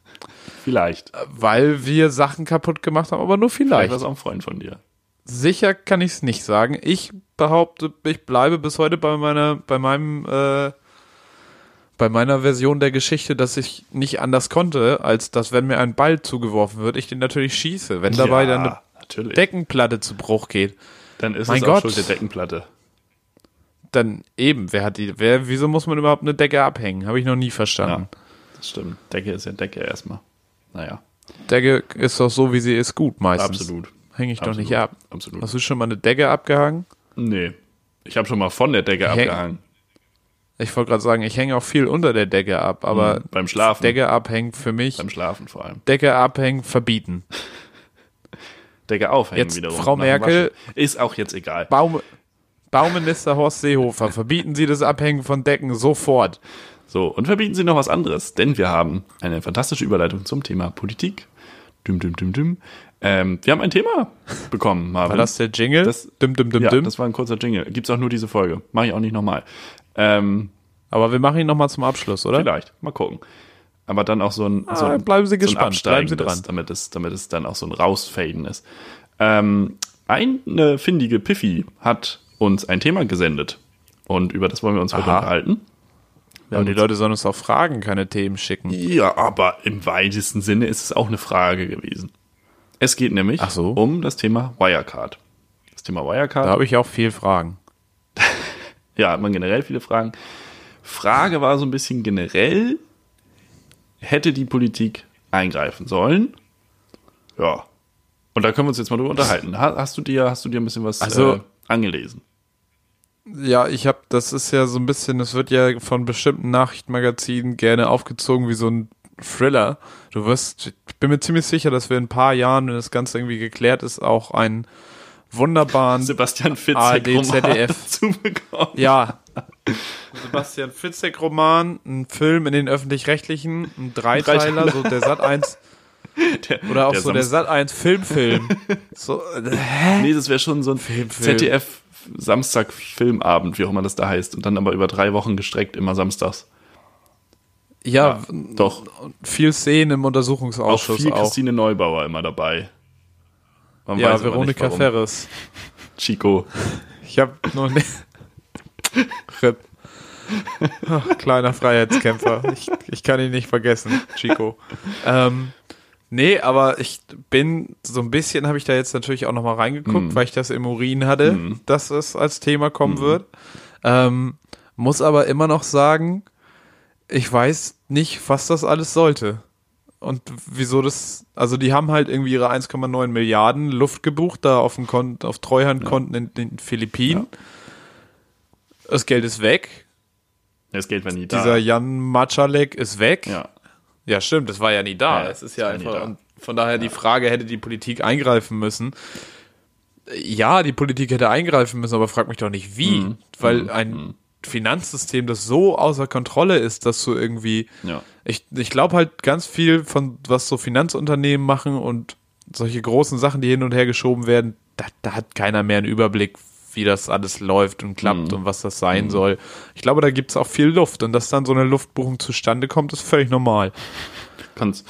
Speaker 2: Vielleicht.
Speaker 1: weil wir Sachen kaputt gemacht haben, aber nur
Speaker 2: Vielleicht
Speaker 1: vielleicht.
Speaker 2: war es auch ein Freund von dir.
Speaker 1: Sicher kann ich es nicht sagen. Ich behaupte, ich bleibe bis heute bei meiner, bei meinem, äh, bei meiner Version der Geschichte, dass ich nicht anders konnte, als dass, wenn mir ein Ball zugeworfen wird, ich den natürlich schieße. Wenn dabei dann eine
Speaker 2: natürlich.
Speaker 1: Deckenplatte zu Bruch geht,
Speaker 2: dann ist
Speaker 1: Mein
Speaker 2: es
Speaker 1: Gott.
Speaker 2: auch schuld der Deckenplatte.
Speaker 1: dann eben, wer hat die, wer, wieso muss man überhaupt eine Decke abhängen? Habe ich noch nie verstanden.
Speaker 2: Ja, das stimmt. Decke ist ja Decke erstmal. Naja,
Speaker 1: Decke ist doch so, wie sie ist, gut meistens.
Speaker 2: absolut.
Speaker 1: Hänge ich
Speaker 2: absolut.
Speaker 1: doch nicht ab. Also,
Speaker 2: Absolut.
Speaker 1: Hast du schon mal eine Decke abgehangen?
Speaker 2: Nee. Ich habe schon mal von der Decke
Speaker 1: Hä?
Speaker 2: abgehangen.
Speaker 1: Ich wollte gerade sagen, ich hänge auch viel unter der Decke ab, aber
Speaker 2: Hm, Beim Schlafen.
Speaker 1: Decke abhängen für mich
Speaker 2: Beim Schlafen vor allem.
Speaker 1: Decke abhängen, verbieten.
Speaker 2: Decke aufhängen
Speaker 1: Jetzt
Speaker 2: wiederum.
Speaker 1: Frau
Speaker 2: nach dem
Speaker 1: Merkel-
Speaker 2: Waschen. Ist auch jetzt egal.
Speaker 1: Baum, Bauminister Horst Seehofer, verbieten Sie das Abhängen von Decken sofort.
Speaker 2: So, und verbieten Sie noch was anderes, denn wir haben eine fantastische Überleitung zum Thema Politik. Düm, düm, düm, düm. Ähm, wir haben ein Thema bekommen, Marvin.
Speaker 1: War das der Jingle?
Speaker 2: Das-
Speaker 1: düm, düm, düm,
Speaker 2: ja,
Speaker 1: düm.
Speaker 2: das war ein kurzer Jingle. Gibt's auch nur diese Folge. Mache ich auch nicht nochmal. Ähm,
Speaker 1: Aber wir machen ihn nochmal zum Abschluss, oder?
Speaker 2: vielleicht. Mal gucken. Aber dann auch so ein, so
Speaker 1: Ah,
Speaker 2: ein
Speaker 1: bleiben Sie gespannt.
Speaker 2: So ein
Speaker 1: Bleiben Sie dran.
Speaker 2: absteigendes, Damit es, damit es dann auch so ein Rausfaden ist. Ähm, eine findige Piffy hat uns ein Thema gesendet. Und über das wollen wir uns heute
Speaker 1: Aha.
Speaker 2: unterhalten.
Speaker 1: Aber die Leute sollen uns auch Fragen, keine Themen schicken.
Speaker 2: Ja, aber im weitesten Sinne ist es auch eine Frage gewesen. Es geht nämlich
Speaker 1: Ach so.
Speaker 2: um das Thema Wirecard. Das Thema
Speaker 1: Da
Speaker 2: Wirecard.
Speaker 1: habe ich auch viel Fragen.
Speaker 2: Ja, hat man generell viele Fragen. Frage war so ein bisschen generell, hätte die Politik eingreifen sollen? Ja. Und da können wir uns jetzt mal drüber unterhalten. Ha- Hast du dir, hast du dir ein bisschen was
Speaker 1: Also-
Speaker 2: äh, angelesen?
Speaker 1: Ja, ich habe, das ist ja so ein bisschen, das wird ja von bestimmten Nachrichtenmagazinen gerne aufgezogen wie so ein Thriller. Du wirst, ich bin mir ziemlich sicher, dass wir in ein paar Jahren, wenn das Ganze irgendwie geklärt ist, auch einen wunderbaren
Speaker 2: Sebastian
Speaker 1: ARD,
Speaker 2: Fitzek um
Speaker 1: ZDF.
Speaker 2: zu bekommen.
Speaker 1: Ja. Sebastian Fitzek-Roman, ein Film in den öffentlich-rechtlichen, ein Dreiteiler, so der Sat 1 oder auch so der Sat 1 Filmfilm. So, äh, hä?
Speaker 2: Nee, das wäre schon so ein
Speaker 1: Film.
Speaker 2: ZDF Samstag Filmabend, wie auch immer das da heißt. Und dann aber über drei Wochen gestreckt, immer samstags.
Speaker 1: Ja,
Speaker 2: Doch.
Speaker 1: viel Szenen im
Speaker 2: Auch
Speaker 1: Untersuchungsausschuss
Speaker 2: viel
Speaker 1: Äh, auch.
Speaker 2: Christine Neubauer immer dabei. Man
Speaker 1: ja,
Speaker 2: weiß aber nicht
Speaker 1: Veronika
Speaker 2: warum.
Speaker 1: Ferres.
Speaker 2: Chico.
Speaker 1: Ich habe noch nicht. Rip. Ach, kleiner Freiheitskämpfer. Ich, ich kann ihn nicht vergessen, Chico. Ähm, nee, aber ich bin so ein bisschen, habe ich da jetzt natürlich auch nochmal reingeguckt, weil ich das im Urin hatte, dass es als Thema kommen wird. Ähm, muss aber immer noch sagen, ich weiß nicht, was das alles sollte. Und wieso das, also die haben halt irgendwie ihre 1,9 Milliarden Luft gebucht, da auf, dem Kon auf Treuhandkonten in den Philippinen. Das Geld ist weg.
Speaker 2: Das Geld war nie
Speaker 1: Dieser
Speaker 2: da.
Speaker 1: Jan Machalek ist weg.
Speaker 2: Ja.
Speaker 1: Ja, stimmt, das war ja nie da.
Speaker 2: Ja,
Speaker 1: es ist ja
Speaker 2: das war nie
Speaker 1: einfach.
Speaker 2: da.
Speaker 1: Und Von daher die Frage, hätte die Politik eingreifen müssen? Ja, die Politik hätte eingreifen müssen, aber frag mich doch nicht wie,
Speaker 2: Mhm.
Speaker 1: weil ein Finanzsystem, das so außer Kontrolle ist, dass du irgendwie
Speaker 2: Ja.
Speaker 1: ich, ich glaube halt ganz viel von was so Finanzunternehmen machen und solche großen Sachen, die hin und her geschoben werden, da, da hat keiner mehr einen Überblick, wie das alles läuft und klappt
Speaker 2: Mhm.
Speaker 1: und was das sein soll. Ich glaube, da gibt es auch viel Luft und dass dann so eine Luftbuchung zustande kommt, ist völlig normal.
Speaker 2: Kann's,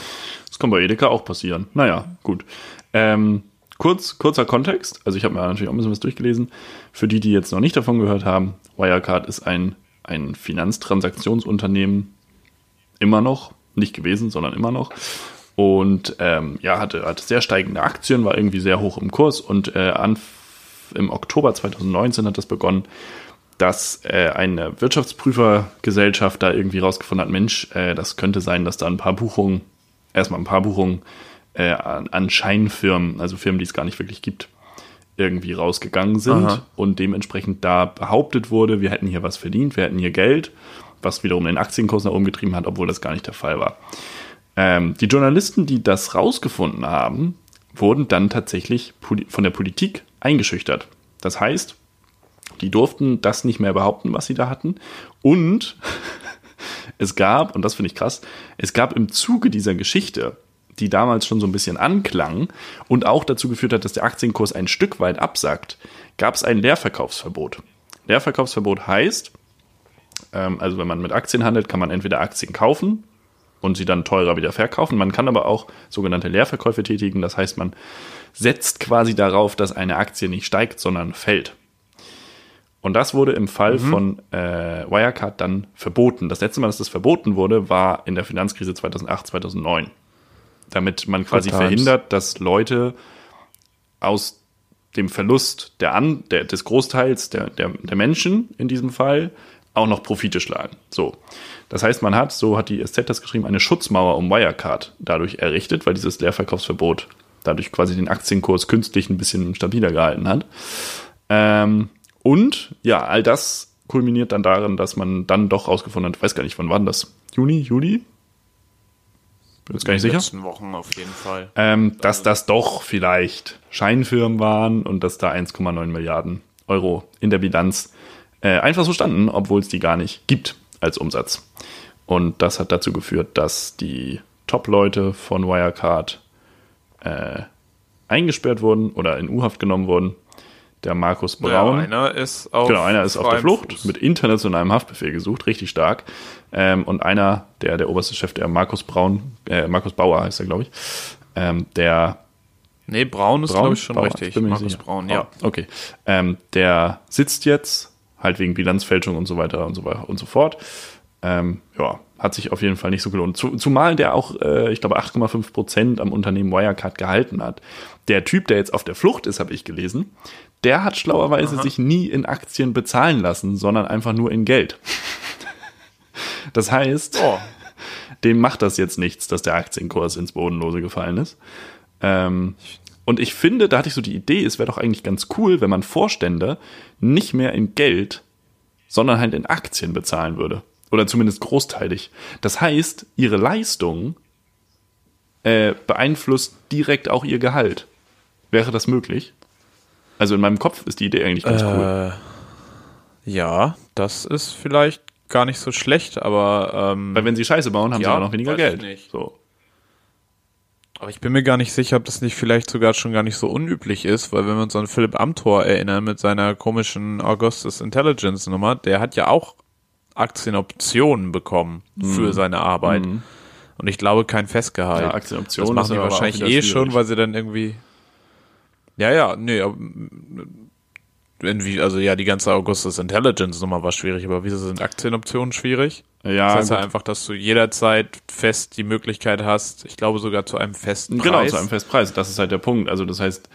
Speaker 2: das kann bei Edeka auch passieren. Naja, gut. Ähm, kurz, kurzer Kontext. Also ich habe mir natürlich auch ein bisschen was durchgelesen. Für die, die jetzt noch nicht davon gehört haben, Wirecard ist ein, ein Finanztransaktionsunternehmen. Immer noch. Nicht gewesen, sondern immer noch. Und ähm, ja, hatte, hatte sehr steigende Aktien, war irgendwie sehr hoch im Kurs und äh, anf- im Oktober 2019 hat das begonnen, dass äh, eine Wirtschaftsprüfergesellschaft da irgendwie rausgefunden hat, Mensch, äh, das könnte sein, dass da ein paar Buchungen, erstmal ein paar Buchungen äh, an, an Scheinfirmen, also Firmen, die es gar nicht wirklich gibt, irgendwie rausgegangen sind und dementsprechend da behauptet wurde, wir hätten hier was verdient, wir hätten hier Geld, was wiederum den Aktienkurs nach oben getrieben hat, obwohl das gar nicht der Fall war. Ähm, die Journalisten, die das rausgefunden haben, wurden dann tatsächlich poli- von der Politik eingeschüchtert. Das heißt, die durften das nicht mehr behaupten, was sie da hatten. Und es gab, und das finde ich krass, es gab im Zuge dieser Geschichte, die damals schon so ein bisschen anklang und auch dazu geführt hat, dass der Aktienkurs ein Stück weit absackt, gab es ein Leerverkaufsverbot. Leerverkaufsverbot heißt, ähm, also wenn man mit Aktien handelt, kann man entweder Aktien kaufen und sie dann teurer wieder verkaufen. Man kann aber auch sogenannte Leerverkäufe tätigen. Das heißt, man setzt quasi darauf, dass eine Aktie nicht steigt, sondern fällt. Und das wurde im Fall von äh, Wirecard dann verboten. Das letzte Mal, dass das verboten wurde, war in der Finanzkrise 2008, 2009. Damit man quasi
Speaker 1: times.
Speaker 2: verhindert, dass Leute aus dem Verlust der An der, des Großteils der, der, der Menschen in diesem Fall auch noch Profite schlagen. So. Das heißt, man hat, so hat die SZ das geschrieben, eine Schutzmauer um Wirecard dadurch errichtet, weil dieses Leerverkaufsverbot dadurch quasi den Aktienkurs künstlich ein bisschen stabiler gehalten hat. Ähm, und ja, all das kulminiert dann darin, dass man dann doch rausgefunden hat, weiß gar nicht, wann war denn das? Juni, Juli? Bin jetzt gar nicht sicher.
Speaker 3: letzten Wochen auf jeden Fall.
Speaker 2: Ähm, dass das doch vielleicht Scheinfirmen waren und dass da 1,9 Milliarden Euro in der Bilanz äh, einfach so standen, obwohl es die gar nicht gibt als Umsatz. Und das hat dazu geführt, dass die Top-Leute von Wirecard äh, eingesperrt wurden oder in U-Haft genommen wurden. Der Markus Braun.
Speaker 3: Ja, einer ist auf,
Speaker 2: Genau, einer ist auf
Speaker 3: freiem
Speaker 2: der Flucht
Speaker 3: Fuß.
Speaker 2: mit internationalem Haftbefehl gesucht, richtig stark. Ähm, und einer, der der oberste Chef, der Markus Braun, äh, Markus Bauer heißt er, glaube ich, ähm, der
Speaker 3: Nee, Braun ist,
Speaker 2: Braun,
Speaker 3: glaube ich, schon
Speaker 2: Bauer, ich
Speaker 3: richtig.
Speaker 2: bin mir nicht
Speaker 3: Markus
Speaker 2: sicher.
Speaker 3: Braun, ja.
Speaker 2: Oh, okay, ähm, der sitzt jetzt halt wegen Bilanzfälschung und so weiter und so weiter und so fort. Ähm, ja, hat sich auf jeden Fall nicht so gelohnt. Zu, zumal der auch, äh, ich glaube, 8,5 Prozent am Unternehmen Wirecard gehalten hat. Der Typ, der jetzt auf der Flucht ist, habe ich gelesen, der hat schlauerweise sich nie in Aktien bezahlen lassen, sondern einfach nur in Geld. Das heißt,
Speaker 3: Oh,
Speaker 2: dem macht das jetzt nichts, dass der Aktienkurs ins Bodenlose gefallen ist. Ähm, und ich finde, da hatte ich so die Idee, es wäre doch eigentlich ganz cool, wenn man Vorstände nicht mehr in Geld, sondern halt in Aktien bezahlen würde. Oder zumindest großteilig. Das heißt, ihre Leistung äh, beeinflusst direkt auch ihr Gehalt. Wäre das möglich? Also in meinem Kopf ist die Idee eigentlich ganz cool.
Speaker 3: Äh,
Speaker 1: Ja, das ist vielleicht gar nicht so schlecht, aber ähm,
Speaker 2: Weil wenn sie Scheiße bauen, haben
Speaker 3: ja,
Speaker 2: sie dann noch weniger
Speaker 3: weiß ich
Speaker 2: Geld.
Speaker 3: nicht.
Speaker 2: So.
Speaker 1: aber ich bin mir gar nicht sicher, ob das nicht vielleicht sogar schon gar nicht so unüblich ist, weil wenn wir uns an Philipp Amthor erinnern mit seiner komischen Augustus Intelligence Nummer, der hat ja auch Aktienoptionen bekommen für seine Arbeit. Und ich glaube, kein Festgehalt.
Speaker 2: Mhm. Ja, Aktienoptionen
Speaker 1: Das
Speaker 2: ist
Speaker 1: machen die
Speaker 2: aber auch
Speaker 1: wahrscheinlich
Speaker 2: wieder
Speaker 1: eh schon,
Speaker 2: schwierig.
Speaker 1: weil sie dann irgendwie. Ja, ja, nee, aber. Irgendwie, also ja, die ganze Augustus Intelligence Nummer war schwierig, aber wieso sind Aktienoptionen schwierig?
Speaker 2: Ja,
Speaker 1: Das heißt ja
Speaker 2: Ah,
Speaker 3: halt
Speaker 2: gut.
Speaker 1: halt einfach, dass du jederzeit fest die Möglichkeit hast, ich glaube sogar zu einem festen
Speaker 2: Genau,
Speaker 1: Preis.
Speaker 2: zu einem Festpreis. Das ist halt der Punkt. Also das heißt,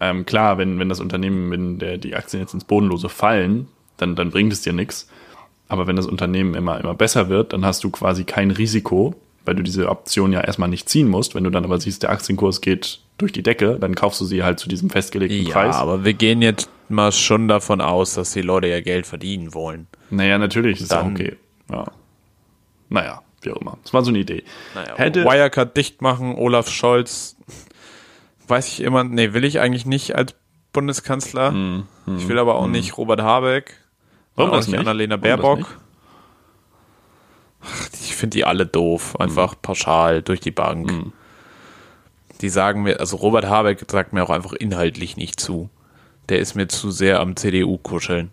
Speaker 2: ähm, klar, wenn, wenn das Unternehmen, wenn der, die Aktien jetzt ins Bodenlose fallen, dann, dann bringt es dir nichts. Aber wenn das Unternehmen immer, immer besser wird, dann hast du quasi kein Risiko, weil du diese Option ja erstmal nicht ziehen musst. Wenn du dann aber siehst, der Aktienkurs geht durch die Decke, dann kaufst du sie halt zu diesem festgelegten
Speaker 1: ja,
Speaker 2: Preis.
Speaker 1: aber wir gehen jetzt mal schon davon aus, dass die Leute ja Geld verdienen wollen.
Speaker 2: Naja, natürlich, ist ja
Speaker 1: Dann-
Speaker 2: okay. Ja. Naja, Wie auch immer. Das war so eine Idee.
Speaker 4: Naja,
Speaker 2: Hätte-
Speaker 1: Wirecard dicht machen, Olaf Scholz, weiß ich immer, nee, will ich eigentlich nicht als Bundeskanzler.
Speaker 2: Mhm.
Speaker 1: ich will aber auch nicht Robert Habeck.
Speaker 2: Warum
Speaker 1: auch
Speaker 2: das
Speaker 1: nicht
Speaker 2: nicht?
Speaker 1: Annalena
Speaker 2: Warum das
Speaker 1: Baerbock.
Speaker 2: nicht?
Speaker 1: Ach, Ich finde die alle doof, einfach
Speaker 2: Mhm.
Speaker 1: pauschal durch die Bank. Die sagen mir, also Robert Habeck sagt mir auch einfach inhaltlich nicht zu. Der ist mir zu sehr am CDU-Kuscheln.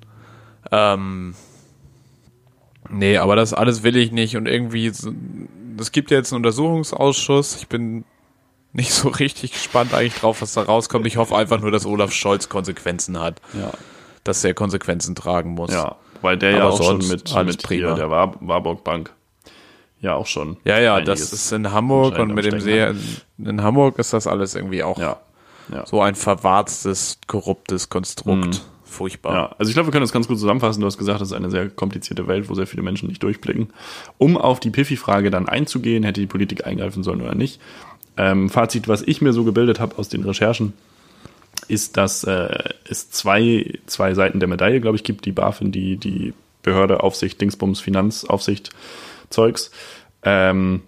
Speaker 1: Ähm, nee, aber das alles will ich nicht und irgendwie, so- es gibt ja jetzt einen Untersuchungsausschuss. Ich bin nicht so richtig gespannt eigentlich drauf, was da rauskommt. Ich hoffe einfach nur, dass Olaf Scholz Konsequenzen hat,
Speaker 2: Ja.
Speaker 1: dass er Konsequenzen tragen muss.
Speaker 2: Ja, weil der ja
Speaker 1: Aber
Speaker 2: auch schon
Speaker 1: sonst
Speaker 2: mit,
Speaker 1: alles
Speaker 2: mit hier,
Speaker 1: prima.
Speaker 2: der War Warburg Bank. Ja, auch schon.
Speaker 1: Ja, ja,
Speaker 2: Einiges.
Speaker 1: das ist in Hamburg
Speaker 2: anscheinend
Speaker 1: und
Speaker 2: am
Speaker 1: mit dem See
Speaker 2: Stecken
Speaker 1: in, in Hamburg ist das alles irgendwie auch
Speaker 2: Ja. Ja.
Speaker 1: so ein verwarztes, korruptes Konstrukt. Furchtbar.
Speaker 2: ja. Also ich glaube, wir können das ganz gut zusammenfassen. Du hast gesagt, das ist eine sehr komplizierte Welt, wo sehr viele Menschen nicht durchblicken. Um auf die Piffy-Frage dann einzugehen, hätte die Politik eingreifen sollen oder nicht. Ähm, Fazit, was ich mir so gebildet habe aus den Recherchen, ist, dass äh, es zwei, zwei Seiten der Medaille, glaube ich, gibt. Die BaFin, die, die Behörde, Aufsicht, Dingsbums, Finanzaufsicht, Zeugs, ähm,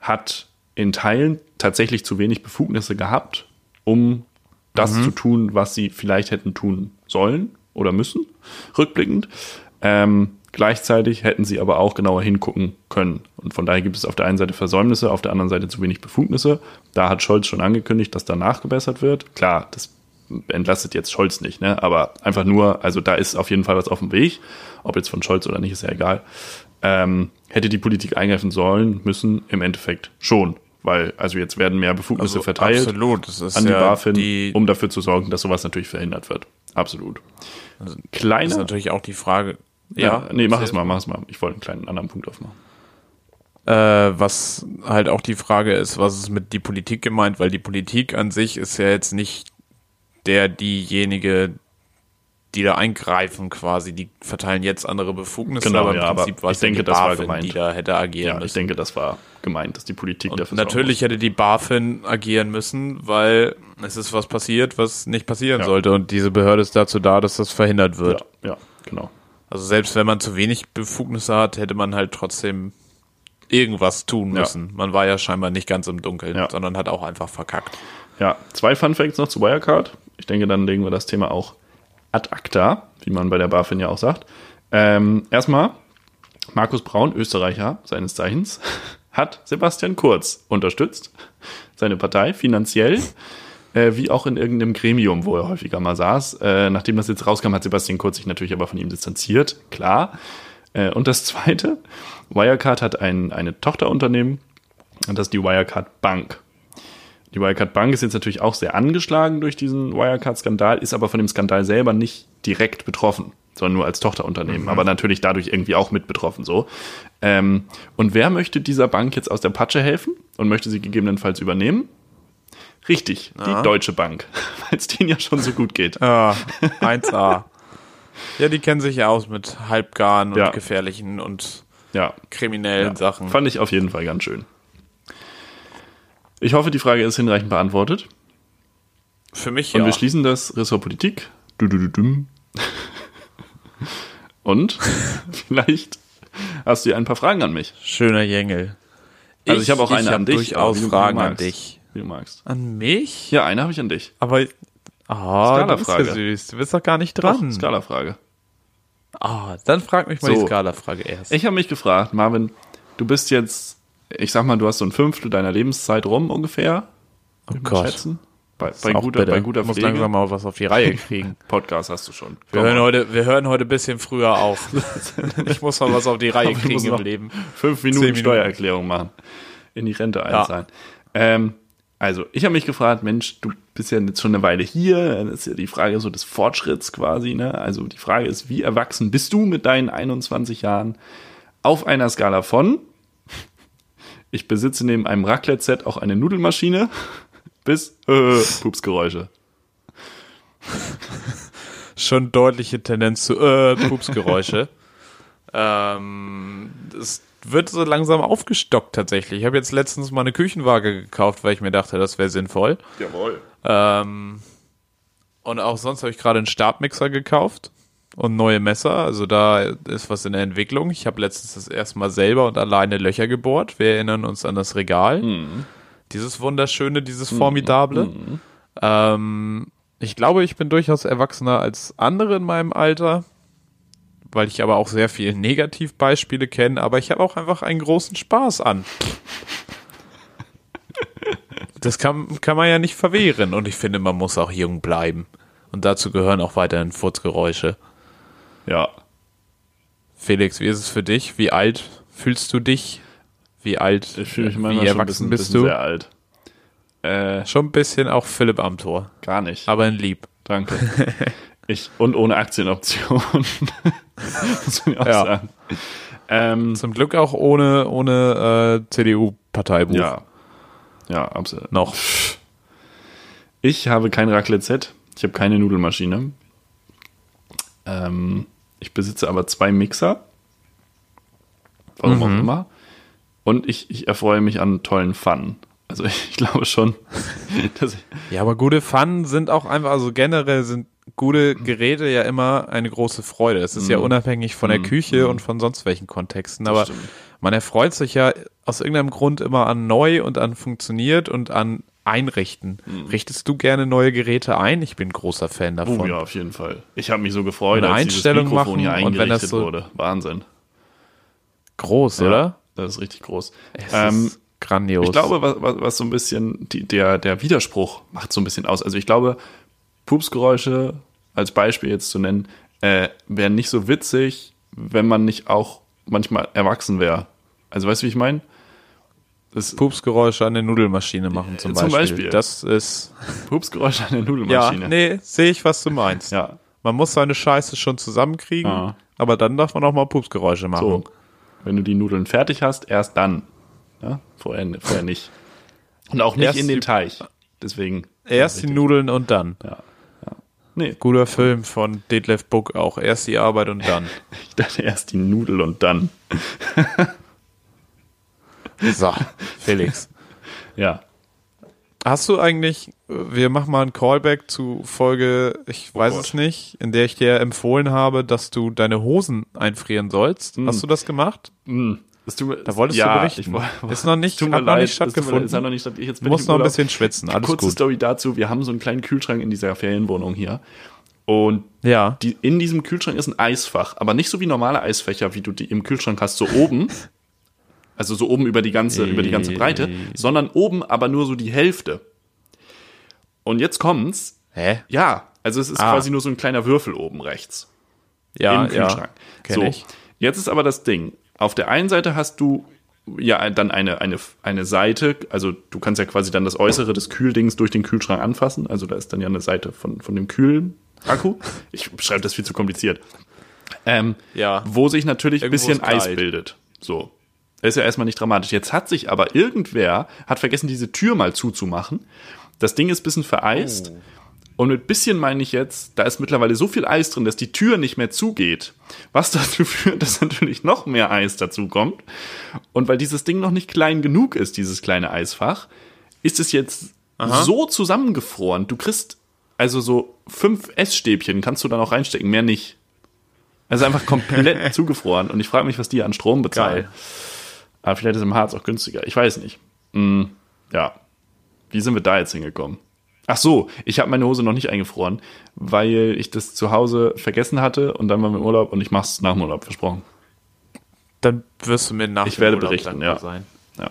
Speaker 2: hat in Teilen tatsächlich zu wenig Befugnisse gehabt, um das zu tun, was sie vielleicht hätten tun sollen oder müssen, rückblickend. Ähm, gleichzeitig hätten sie aber auch genauer hingucken können. Und von daher gibt es auf der einen Seite Versäumnisse, auf der anderen Seite zu wenig Befugnisse. Da hat Scholz schon angekündigt, dass da nachgebessert wird. Klar, das entlastet jetzt Scholz nicht, ne? aber einfach nur, also da ist auf jeden Fall was auf dem Weg. Ob jetzt von Scholz oder nicht, ist ja egal. Ähm, hätte die Politik eingreifen sollen, müssen im Endeffekt schon. Weil, also jetzt werden mehr Befugnisse verteilt
Speaker 1: Also Absolut. Das ist
Speaker 2: an die
Speaker 1: ja
Speaker 2: BaFin,
Speaker 1: die,
Speaker 2: um dafür zu sorgen, dass sowas natürlich verhindert wird. Absolut.
Speaker 1: Also, das ist
Speaker 2: Kleiner.
Speaker 1: natürlich auch die Frage.
Speaker 2: Ja, nee, mach es mal, mach es mal. Ich wollte einen kleinen anderen Punkt aufmachen.
Speaker 1: Äh, was halt auch die Frage ist, was ist mit die Politik gemeint? Weil die Politik an sich ist ja jetzt nicht der, diejenige, die da eingreifen quasi. Die verteilen jetzt andere Befugnisse,
Speaker 2: Genau,
Speaker 1: aber im
Speaker 2: ja, aber
Speaker 1: Prinzip war
Speaker 2: ich
Speaker 1: es ja
Speaker 2: denke,
Speaker 1: die
Speaker 2: das war
Speaker 1: BaFin,
Speaker 2: gemeint.
Speaker 1: die da hätte agieren
Speaker 2: Ja, ich
Speaker 1: müssen.
Speaker 2: denke, das war gemeint, dass die Politik dafür sorgen
Speaker 1: Natürlich hätte die BaFin agieren müssen, weil es ist was passiert, was nicht passieren
Speaker 2: Ja.
Speaker 1: sollte. Und diese Behörde ist dazu da, dass das verhindert
Speaker 2: muss.
Speaker 1: wird.
Speaker 2: Ja, ja, genau.
Speaker 1: Also selbst wenn man zu wenig Befugnisse hat, hätte man halt trotzdem irgendwas tun
Speaker 2: Ja.
Speaker 1: müssen. Man war ja scheinbar nicht ganz im Dunkeln,
Speaker 2: Ja.
Speaker 1: sondern hat auch einfach verkackt.
Speaker 2: Ja, zwei Fun Facts noch zu Wirecard. Ich denke, dann legen wir das Thema auch ad acta, wie man bei der BaFin ja auch sagt. Ähm, erstmal, Markus Braun, Österreicher seines Zeichens, hat Sebastian Kurz unterstützt, seine Partei finanziell, äh, wie auch in irgendeinem Gremium, wo er häufiger mal saß. Äh, nachdem das jetzt rauskam, hat Sebastian Kurz sich natürlich aber von ihm distanziert, klar. Äh, und das Zweite, Wirecard hat ein, eine Tochterunternehmen, und das ist die Wirecard Bank. Die Wirecard Bank ist jetzt natürlich auch sehr angeschlagen durch diesen Wirecard-Skandal, ist aber von dem Skandal selber nicht direkt betroffen, sondern nur als
Speaker 1: Mhm.
Speaker 2: Tochterunternehmen, aber natürlich dadurch irgendwie auch mit betroffen so. Ähm, und wer möchte dieser Bank jetzt aus der Patsche helfen und möchte sie gegebenenfalls übernehmen? Richtig, die Deutsche Bank, weil es denen ja schon so gut geht.
Speaker 1: Ja, 1a. Ah, ja, die kennen sich ja aus mit halbgaren und
Speaker 2: Ja.
Speaker 1: gefährlichen und
Speaker 2: Ja,
Speaker 1: kriminellen
Speaker 2: Ja,
Speaker 1: Sachen.
Speaker 2: Fand ich auf jeden Fall ganz schön. Ich hoffe, die Frage ist hinreichend beantwortet.
Speaker 1: Für mich
Speaker 2: Und
Speaker 1: ja.
Speaker 2: wir schließen das Ressort Politik. Du, du, du, dumm. Und vielleicht hast du ja ein paar Fragen an mich.
Speaker 1: Schöner Jängel.
Speaker 2: Also ich, habe auch eine
Speaker 1: hab
Speaker 2: an dich. aber
Speaker 1: durchaus
Speaker 2: wie du- wie du
Speaker 1: Fragen an
Speaker 2: magst.
Speaker 1: dich.
Speaker 2: Wie du magst.
Speaker 1: An mich?
Speaker 2: Ja, eine habe ich an dich.
Speaker 1: Aber. Ah, du bist ja
Speaker 2: Skala-Frage.
Speaker 1: süß. Du bist doch gar nicht
Speaker 2: Doch,
Speaker 1: dran.
Speaker 2: Skala-Frage.
Speaker 1: Ah, dann frag mich mal
Speaker 2: So.
Speaker 1: die Skala-Frage erst.
Speaker 2: Ich habe mich gefragt, Marvin, du bist jetzt, ich sag mal, du hast so ein Fünftel deiner Lebenszeit rum ungefähr. Oh
Speaker 1: Gott.
Speaker 2: Schätzen. Bei,
Speaker 1: Auch
Speaker 2: bei, guter,
Speaker 1: bitte.
Speaker 2: bei guter
Speaker 1: Ich muss
Speaker 2: Pflege.
Speaker 1: langsam mal was auf die Reihe kriegen.
Speaker 2: Podcast hast du schon.
Speaker 1: Wir
Speaker 2: Komm
Speaker 1: hören,
Speaker 2: mal.
Speaker 1: heute, wir hören heute ein bisschen früher auf. Ich muss mal was auf die Reihe
Speaker 2: Aber wir
Speaker 1: kriegen
Speaker 2: müssen
Speaker 1: im
Speaker 2: noch
Speaker 1: Leben.
Speaker 2: Fünf Minuten,
Speaker 1: Minuten.
Speaker 2: Steuererklärung machen. In die Rente
Speaker 1: Ja.
Speaker 2: einzahlen. Ähm, also, ich habe mich gefragt, Mensch, du bist ja jetzt schon eine Weile hier. Dann ist ja die Frage so des Fortschritts quasi. Ne? Also, die Frage ist, wie erwachsen bist du mit deinen 21 Jahren auf einer Skala von ich besitze neben einem Raclette-Set auch eine Nudelmaschine bis äh, Pupsgeräusche.
Speaker 1: Schon deutliche Tendenz zu äh, Pupsgeräusche. ähm, es wird so langsam aufgestockt tatsächlich. Ich habe jetzt letztens mal eine Küchenwaage gekauft, weil ich mir dachte, das wäre sinnvoll.
Speaker 2: Jawohl.
Speaker 1: Ähm, und auch sonst habe ich gerade einen Stabmixer gekauft. und neue Messer. Also da ist was in der Entwicklung. Ich habe letztens das erste Mal selber und alleine Löcher gebohrt. Wir erinnern uns an das Regal. Dieses wunderschöne, dieses formidable. Ähm, ich glaube, ich bin durchaus erwachsener als andere in meinem Alter, weil ich aber auch sehr viele Negativbeispiele kenne. Aber ich habe auch einfach einen großen Spaß an. Das kann, kann man ja nicht verwehren. Und ich finde, man muss auch jung bleiben. Und dazu gehören auch weiterhin Furzgeräusche.
Speaker 2: Ja.
Speaker 1: Felix, wie ist es für dich? Wie alt fühlst du dich? Wie alt?
Speaker 2: Ich fühle mich
Speaker 1: wie
Speaker 2: manchmal schon ein bisschen,
Speaker 1: erwachsen bist
Speaker 2: bisschen
Speaker 1: du?
Speaker 2: sehr alt. Äh,
Speaker 1: Schon ein bisschen auch Philipp Amthor,
Speaker 2: gar nicht.
Speaker 1: aber in Lieb.
Speaker 2: Danke. Ich, und ohne Aktienoption. Muss man ja auch
Speaker 1: Ja.
Speaker 2: sagen. Ähm,
Speaker 1: Zum Glück auch ohne, ohne äh, CDU-Parteibuch.
Speaker 2: ja. Ja, absolut.
Speaker 1: Noch.
Speaker 2: Ich habe kein Raclette-Set. Ich habe keine Nudelmaschine. Ähm, ich besitze aber zwei Mixer. Warum
Speaker 1: Mhm.
Speaker 2: auch immer. Und ich, ich erfreue mich an tollen Fun. Also ich glaube schon, dass ich,
Speaker 1: Ja, aber gute Fun sind auch einfach, also generell sind gute Geräte ja immer eine große Freude. Es ist ja unabhängig von der Küche und von sonst welchen Kontexten, aber
Speaker 2: stimmt.
Speaker 1: man erfreut sich ja aus irgendeinem Grund immer an neu und an funktioniert und an Einrichten. Richtest du gerne neue Geräte ein? Ich bin großer Fan davon.
Speaker 2: Oh ja, auf jeden Fall. Ich habe mich so gefreut,
Speaker 1: Eine
Speaker 2: als dieses
Speaker 1: Einstellung
Speaker 2: Mikrofon hier
Speaker 1: machen und wenn das
Speaker 2: eingerichtet
Speaker 1: so-
Speaker 2: wurde. Wahnsinn.
Speaker 1: Groß, oder?
Speaker 2: Das ist richtig groß.
Speaker 1: Es
Speaker 2: Ähm,
Speaker 1: ist grandios.
Speaker 2: ich glaube, was, was, was so ein bisschen die, der, der Widerspruch macht so ein bisschen aus. Also ich glaube, Pupsgeräusche als Beispiel jetzt zu nennen, äh, wären nicht so witzig, wenn man nicht auch manchmal erwachsen wäre. Also weißt du, wie ich meine? Das
Speaker 1: Pupsgeräusche an der Nudelmaschine machen zum,
Speaker 2: Äh, zum
Speaker 1: Beispiel.
Speaker 2: Beispiel.
Speaker 1: Das ist.
Speaker 2: Pupsgeräusche an der
Speaker 1: Ja,
Speaker 2: Nudelmaschine.
Speaker 1: nee, sehe ich, was du meinst.
Speaker 2: ja.
Speaker 1: Man muss seine Scheiße schon zusammenkriegen,
Speaker 2: Ah.
Speaker 1: aber dann darf man auch mal Pupsgeräusche machen.
Speaker 2: So. Wenn du die Nudeln fertig hast, erst dann. Ja? Vorher, vorher nicht. Und auch nicht
Speaker 1: Erst
Speaker 2: in den
Speaker 1: die-
Speaker 2: Teich. Deswegen.
Speaker 1: Erst die Nudeln und dann.
Speaker 2: Nee,
Speaker 1: Guter Film von Detlef Buck auch. Erst die Arbeit und dann.
Speaker 2: ich dachte erst die Nudel und dann.
Speaker 1: so, Felix.
Speaker 2: Ja.
Speaker 1: Hast du eigentlich, äh, wir machen mal einen Callback zu Folge, ich weiß
Speaker 2: Oh Gott.
Speaker 1: es nicht, in der ich dir empfohlen habe, dass du deine Hosen einfrieren sollst.
Speaker 2: Hm.
Speaker 1: Hast du das gemacht?
Speaker 2: Es tut mir,
Speaker 1: Da wolltest
Speaker 2: ja,
Speaker 1: du berichten.
Speaker 2: Ich, woll-
Speaker 1: ist noch nicht,
Speaker 2: tut
Speaker 1: hat noch
Speaker 2: mir leid,
Speaker 1: nicht
Speaker 2: es tut mir leid,
Speaker 1: stattgefunden.
Speaker 2: Es hat noch nicht stattgefunden. Jetzt bin
Speaker 1: Muss
Speaker 2: ich im
Speaker 1: noch ein
Speaker 2: Urlaub.
Speaker 1: bisschen schwitzen. Alles
Speaker 2: Kurze
Speaker 1: gut.
Speaker 2: Story dazu. Wir haben so einen kleinen Kühlschrank in dieser Ferienwohnung hier. Und
Speaker 1: Ja.
Speaker 2: die, in diesem Kühlschrank ist ein Eisfach. Aber nicht so wie normale Eisfächer, wie du die im Kühlschrank hast, so oben. Also so oben über die ganze, über die ganze Breite. Sondern oben aber nur so die Hälfte. Und jetzt kommt's.
Speaker 1: Hä?
Speaker 2: Ja, also es ist
Speaker 1: Ah.
Speaker 2: quasi nur so ein kleiner Würfel oben rechts
Speaker 1: Ja,
Speaker 2: im Kühlschrank.
Speaker 1: kenn
Speaker 2: so,
Speaker 1: ich.
Speaker 2: jetzt ist aber das Ding. Auf der einen Seite hast du ja ein- dann eine, eine, eine Seite, also du kannst ja quasi dann das Äußere des Kühldings durch den Kühlschrank anfassen. Also da ist dann ja eine Seite von, von dem Kühlakku. Ich schreibe das viel zu kompliziert. Ähm,
Speaker 1: Ja.
Speaker 2: Wo sich natürlich ein
Speaker 1: Irgendwo
Speaker 2: bisschen
Speaker 1: ist kalt.
Speaker 2: Eis bildet. So. Ist ja erstmal nicht dramatisch. Jetzt hat sich aber irgendwer, hat vergessen, diese Tür mal zuzumachen. Das Ding ist ein bisschen vereist.
Speaker 1: Oh.
Speaker 2: Und mit bisschen meine ich jetzt, da ist mittlerweile so viel Eis drin, dass die Tür nicht mehr zugeht. Was dazu führt, dass natürlich noch mehr Eis dazu kommt. Und weil dieses Ding noch nicht klein genug ist, dieses kleine Eisfach, ist es jetzt so zusammengefroren. Du kriegst also so fünf Essstäbchen kannst du da noch reinstecken, mehr nicht. Also einfach komplett zugefroren. Und ich frage mich, was die an Strom bezahlen.
Speaker 1: Geil.
Speaker 2: Aber vielleicht ist im Harz auch günstiger. Ich weiß nicht. Mm, ja. Wie sind wir da jetzt hingekommen? Ach so, ich habe meine Hose noch nicht eingefroren, weil ich das zu Hause vergessen hatte und dann waren wir im Urlaub und ich mach's nach dem Urlaub, versprochen.
Speaker 1: Dann wirst du mir nach
Speaker 2: Ich
Speaker 1: dem
Speaker 2: werde
Speaker 1: Urlaub
Speaker 2: berichten,
Speaker 1: dankbar
Speaker 2: ja.
Speaker 1: sein.
Speaker 2: Ja.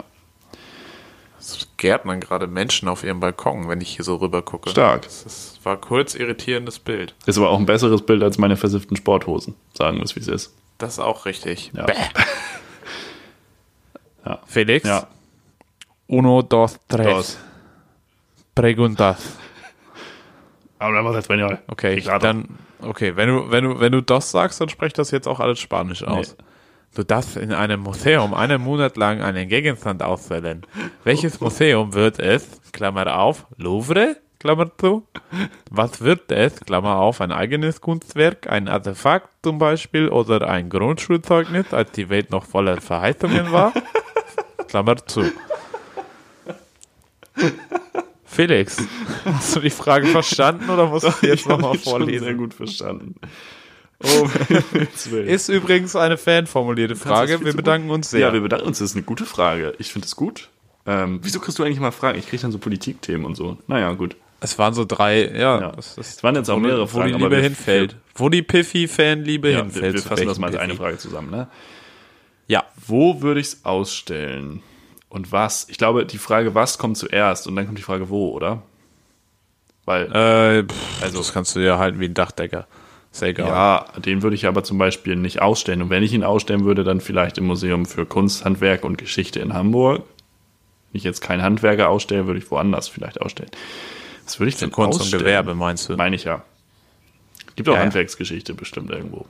Speaker 1: Es gärtnern gerade Menschen auf ihrem Balkon, wenn ich hier so rüber gucke.
Speaker 2: Stark.
Speaker 1: Das ist, war kurz irritierendes Bild.
Speaker 2: Ist aber auch ein besseres Bild als meine versifften Sporthosen. Sagen wir es, wie es ist.
Speaker 1: Das ist auch richtig.
Speaker 2: Ja.
Speaker 1: Felix?
Speaker 2: ja.
Speaker 1: Uno, dos, tres.
Speaker 2: Dos.
Speaker 1: Preguntas.
Speaker 2: Hablamos español.
Speaker 1: Okay, ich,
Speaker 2: Claro.
Speaker 1: dann, okay, wenn du, wenn du, wenn du das sagst, dann sprecht das jetzt auch alles Spanisch aus. Du darfst in einem Museum einen Monat lang einen Gegenstand auswählen. Welches Museum wird es? Klammer auf, Louvre? Klammer zu. Was wird es? Klammer auf, ein eigenes Kunstwerk, ein Artefakt zum Beispiel oder ein Grundschulzeugnis, als die Welt noch voller Verheißungen war? Klammer zu. Felix, hast du die Frage verstanden oder musst du die jetzt
Speaker 2: Ich hab
Speaker 1: nochmal
Speaker 2: ihn schon Sehr
Speaker 1: vorlesen?
Speaker 2: gut verstanden.
Speaker 1: Oh,
Speaker 2: Gottes Willen.
Speaker 1: ist übrigens eine fanformulierte
Speaker 2: Das ist
Speaker 1: Frage.
Speaker 2: viel
Speaker 1: Wir
Speaker 2: zu
Speaker 1: bedanken
Speaker 2: gut.
Speaker 1: uns sehr.
Speaker 2: Ja, wir bedanken uns. Das ist eine gute Frage. Ich finde es gut. Ähm, wieso kriegst du eigentlich mal Fragen? Ich kriege dann so Politikthemen und so. Naja, gut.
Speaker 1: es waren so drei, ja.
Speaker 2: Ja.
Speaker 1: das
Speaker 2: Es
Speaker 1: ist,
Speaker 2: waren jetzt auch
Speaker 1: wo,
Speaker 2: mehrere
Speaker 1: wo die
Speaker 2: Fragen.
Speaker 1: Liebe
Speaker 2: wir-
Speaker 1: hinfällt. Wo die Piffy-Fanliebe
Speaker 2: Ja,
Speaker 1: hinfällt.
Speaker 2: wir, wir
Speaker 1: zu
Speaker 2: fassen
Speaker 1: welchem
Speaker 2: das mal als eine
Speaker 1: Piffy.
Speaker 2: Frage zusammen. Ne?
Speaker 1: Ja,
Speaker 2: Wo würde ich es ausstellen? Und was? Ich glaube, die Frage, was kommt zuerst? Und dann kommt die Frage, wo, oder? Weil,
Speaker 1: äh, pff,
Speaker 2: Also-
Speaker 1: also das kannst du ja halten wie ein Dachdecker. Ist ja egal.
Speaker 2: ja, den würde ich aber zum Beispiel nicht ausstellen. Und wenn ich ihn ausstellen würde, dann vielleicht im Museum für Kunst, Handwerk und Geschichte in Hamburg. Wenn ich jetzt keinen Handwerker ausstelle, würde ich woanders vielleicht ausstellen. Was würde ich denn
Speaker 1: Kunst
Speaker 2: ausstellen?
Speaker 1: und Gewerbe meinst du? ne?
Speaker 2: Meine ich ja. Gibt auch
Speaker 1: Ja, ja.
Speaker 2: Handwerksgeschichte bestimmt irgendwo.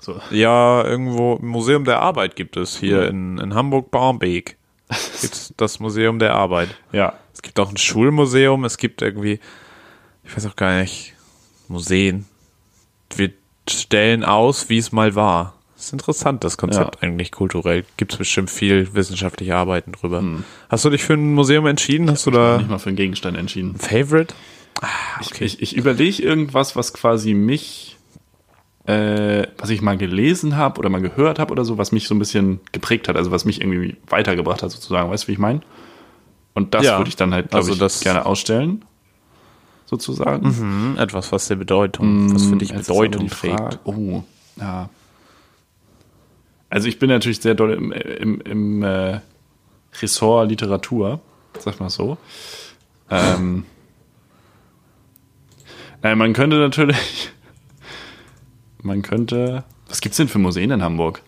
Speaker 2: So.
Speaker 1: Ja, irgendwo im Museum der Arbeit gibt es hier in, in Hamburg-Barmbek. Gibt das Museum der Arbeit.
Speaker 2: Ja.
Speaker 1: Es gibt auch ein Schulmuseum, es gibt irgendwie, ich weiß auch gar nicht, Museen. Wir stellen aus, wie es mal war. Das ist interessant, das Konzept eigentlich kulturell. Gibt es bestimmt viel wissenschaftliche Arbeiten drüber. Hast du dich für ein Museum entschieden? Hast du da
Speaker 2: Nicht mal für einen Gegenstand entschieden.
Speaker 1: ein Favorite?
Speaker 2: Ich, ich überlege irgendwas, was quasi mich, äh, was ich mal gelesen habe oder mal gehört habe oder so, was mich so ein bisschen geprägt hat, also was mich irgendwie weitergebracht hat sozusagen. Weißt du, wie ich meine? Und das
Speaker 1: Ja.
Speaker 2: würde ich dann halt, glaube
Speaker 1: Also
Speaker 2: ich,
Speaker 1: das-
Speaker 2: gerne ausstellen. Sozusagen.
Speaker 1: Hm, etwas, was dir Bedeutung, was für dich
Speaker 2: Jetzt ist
Speaker 1: Bedeutung
Speaker 2: aber die Frage-
Speaker 1: trägt.
Speaker 2: Oh, ja. Also ich bin natürlich sehr doll im, im, im äh, Ressort Literatur, sag mal so. Ähm, nein, man könnte natürlich, man könnte, was gibt's denn für Museen in Hamburg?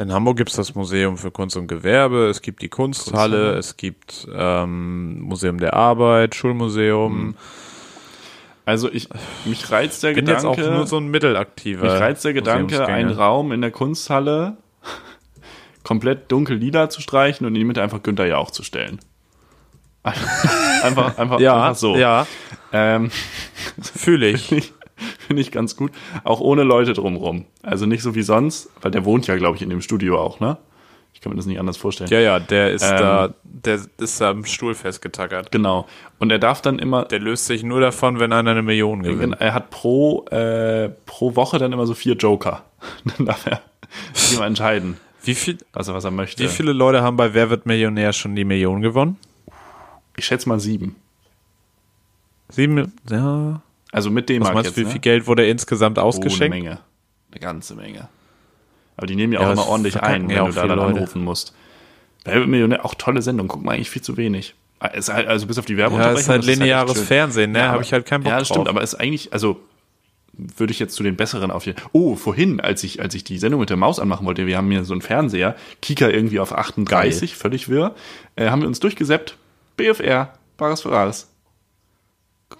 Speaker 1: In Hamburg gibt es das Museum für Kunst und Gewerbe, es gibt die Kunsthalle,
Speaker 2: Kunsthalle.
Speaker 1: es gibt ähm, Museum der Arbeit,
Speaker 2: Hm.
Speaker 1: Schulmuseum.
Speaker 2: Also ich, mich reizt der
Speaker 1: Ich bin
Speaker 2: Gedanke,
Speaker 1: jetzt auch nur so ein mittelaktiver.
Speaker 2: mich reizt der Gedanke,
Speaker 1: Museumsgänger.
Speaker 2: einen Raum in der Kunsthalle komplett dunkel-lila zu streichen und in die Mitte einfach Günther Jauch zu stellen. einfach, einfach,
Speaker 1: Ja,
Speaker 2: einfach so.
Speaker 1: ja,
Speaker 2: Ähm,
Speaker 1: fühle ich.
Speaker 2: Finde ich, find ich ganz gut. Auch ohne Leute drumrum. Also nicht so wie sonst, weil der wohnt ja, glaube ich, in dem Studio auch, ne? Ich kann mir das nicht anders vorstellen.
Speaker 1: Ja, ja, der ist
Speaker 2: Ähm.
Speaker 1: da, der ist da am Stuhl festgetackert.
Speaker 2: Genau. Und er darf dann immer,
Speaker 1: Der löst sich nur davon, wenn einer eine Million
Speaker 2: wenn,
Speaker 1: gewinnt.
Speaker 2: er hat pro, äh, pro Woche dann immer so vier Joker. Dann darf er sich immer entscheiden,
Speaker 1: Wie, viel,
Speaker 2: was er, was er möchte.
Speaker 1: wie viele Leute haben bei Wer wird Millionär schon die Million gewonnen?
Speaker 2: Ich schätze mal sieben.
Speaker 1: Sieben, ja.
Speaker 2: Also mit dem
Speaker 1: Was meinst du, wie viel Geld wurde insgesamt
Speaker 2: Oh, Eine
Speaker 1: ausgeschenkt?
Speaker 2: Menge. Eine ganze Menge. Aber die nehmen ja,
Speaker 1: Ja,
Speaker 2: auch
Speaker 1: das
Speaker 2: immer ordentlich
Speaker 1: verkacken
Speaker 2: ein, wenn
Speaker 1: ja
Speaker 2: du
Speaker 1: auch
Speaker 2: da
Speaker 1: viele
Speaker 2: dann
Speaker 1: Leute.
Speaker 2: anrufen musst. Wer wird Millionär? Auch tolle Sendung. Gucken wir eigentlich viel zu wenig. Ist halt, also bis auf die Werbung.
Speaker 1: Ja, ist halt lineares Fernsehen, ne? Habe ich halt keinen Bock
Speaker 2: Ja,
Speaker 1: drauf.
Speaker 2: das stimmt, aber ist eigentlich, also würde ich jetzt zu den besseren auf hier. Oh, vorhin, als ich, als ich die Sendung mit der Maus anmachen wollte, wir haben hier so einen Fernseher, Kika irgendwie auf 38, völlig wirr, äh, haben wir uns durchgesäppt. BFR, Bares für Rares.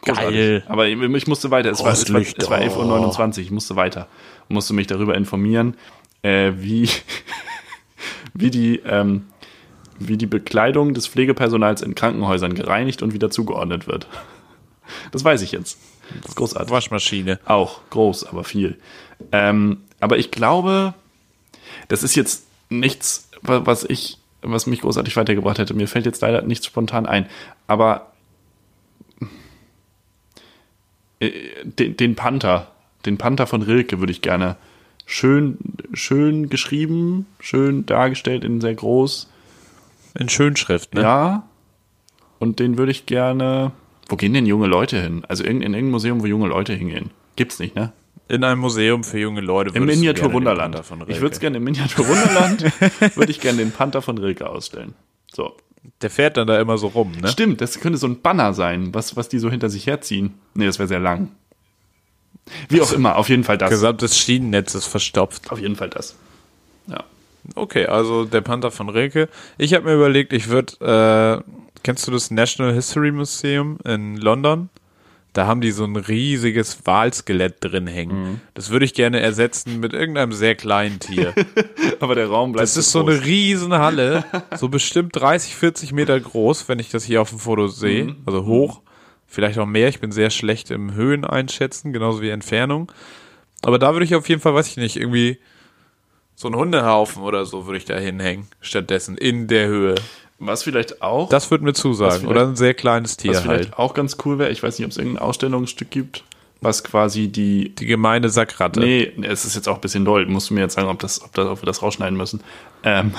Speaker 2: Großartig.
Speaker 1: Geil.
Speaker 2: Aber ich, ich musste weiter. Es war, es war, es
Speaker 1: Auslichter.
Speaker 2: war 11.29 Uhr. Ich musste weiter. Und musste mich darüber informieren, äh, wie, wie, die, ähm, wie die Bekleidung des Pflegepersonals in Krankenhäusern gereinigt und wieder zugeordnet wird. Das weiß ich jetzt. Das ist großartig.
Speaker 1: Waschmaschine.
Speaker 2: Auch groß, aber viel. Ähm, aber ich glaube, das ist jetzt nichts, wa- was ich, was mich großartig weitergebracht hätte. Mir fällt jetzt leider nichts spontan ein. Aber äh, den, den Panther, den Panther von Rilke würde ich gerne schön, schön geschrieben, schön dargestellt in sehr groß.
Speaker 1: In Schönschrift, ne?
Speaker 2: Ja. Und den würde ich gerne. Wo gehen denn junge Leute hin? Also irgendein, in irgendein Museum, wo junge Leute hingehen. Gibt's nicht, ne?
Speaker 1: In einem Museum für junge Leute.
Speaker 2: Im
Speaker 1: würdest du gerne den
Speaker 2: Miniaturwunderland.
Speaker 1: Panther von
Speaker 2: Ich
Speaker 1: Rilke-
Speaker 2: würde es gerne im Miniaturwunderland, würde ich gerne den Panther von Rilke ausstellen. So.
Speaker 1: Der fährt dann da immer so rum, ne?
Speaker 2: Stimmt, das könnte so ein Banner sein, was, was die so hinter sich herziehen. Nee, das wäre sehr lang. Wie
Speaker 1: Also,
Speaker 2: auch immer, auf jeden Fall das.
Speaker 1: Gesamtes Schienennetz ist verstopft.
Speaker 2: Auf jeden Fall das. Ja.
Speaker 1: Okay, also der Panther von Rilke. Ich habe mir überlegt, ich würde, äh, kennst du das National History Museum in London? Da haben die so ein riesiges Walskelett drin hängen.
Speaker 2: Mhm.
Speaker 1: Das würde ich gerne ersetzen mit irgendeinem sehr kleinen Tier.
Speaker 2: Aber der Raum bleibt
Speaker 1: Das ist so eine riesen Halle, so bestimmt 30, 40 Meter groß, wenn ich das hier auf dem Foto sehe,
Speaker 2: Mhm.
Speaker 1: also hoch, vielleicht auch mehr, ich bin sehr schlecht im Höhen einschätzen, genauso wie Entfernung. Aber da würde ich auf jeden Fall, weiß ich nicht, irgendwie so einen Hundehaufen oder so würde ich da hinhängen, stattdessen in der Höhe.
Speaker 2: Was vielleicht auch.
Speaker 1: Das würde mir zusagen,
Speaker 2: vielleicht-
Speaker 1: oder ein sehr kleines Tier
Speaker 2: Was vielleicht
Speaker 1: halt.
Speaker 2: auch ganz cool wäre, ich weiß nicht, ob es irgendein Ausstellungsstück gibt, was quasi die.
Speaker 1: Die gemeine Sackratte.
Speaker 2: Nee, es ist jetzt auch ein bisschen doll. Musst du mir jetzt sagen, ob, das, ob, das, ob wir das rausschneiden müssen. Ähm,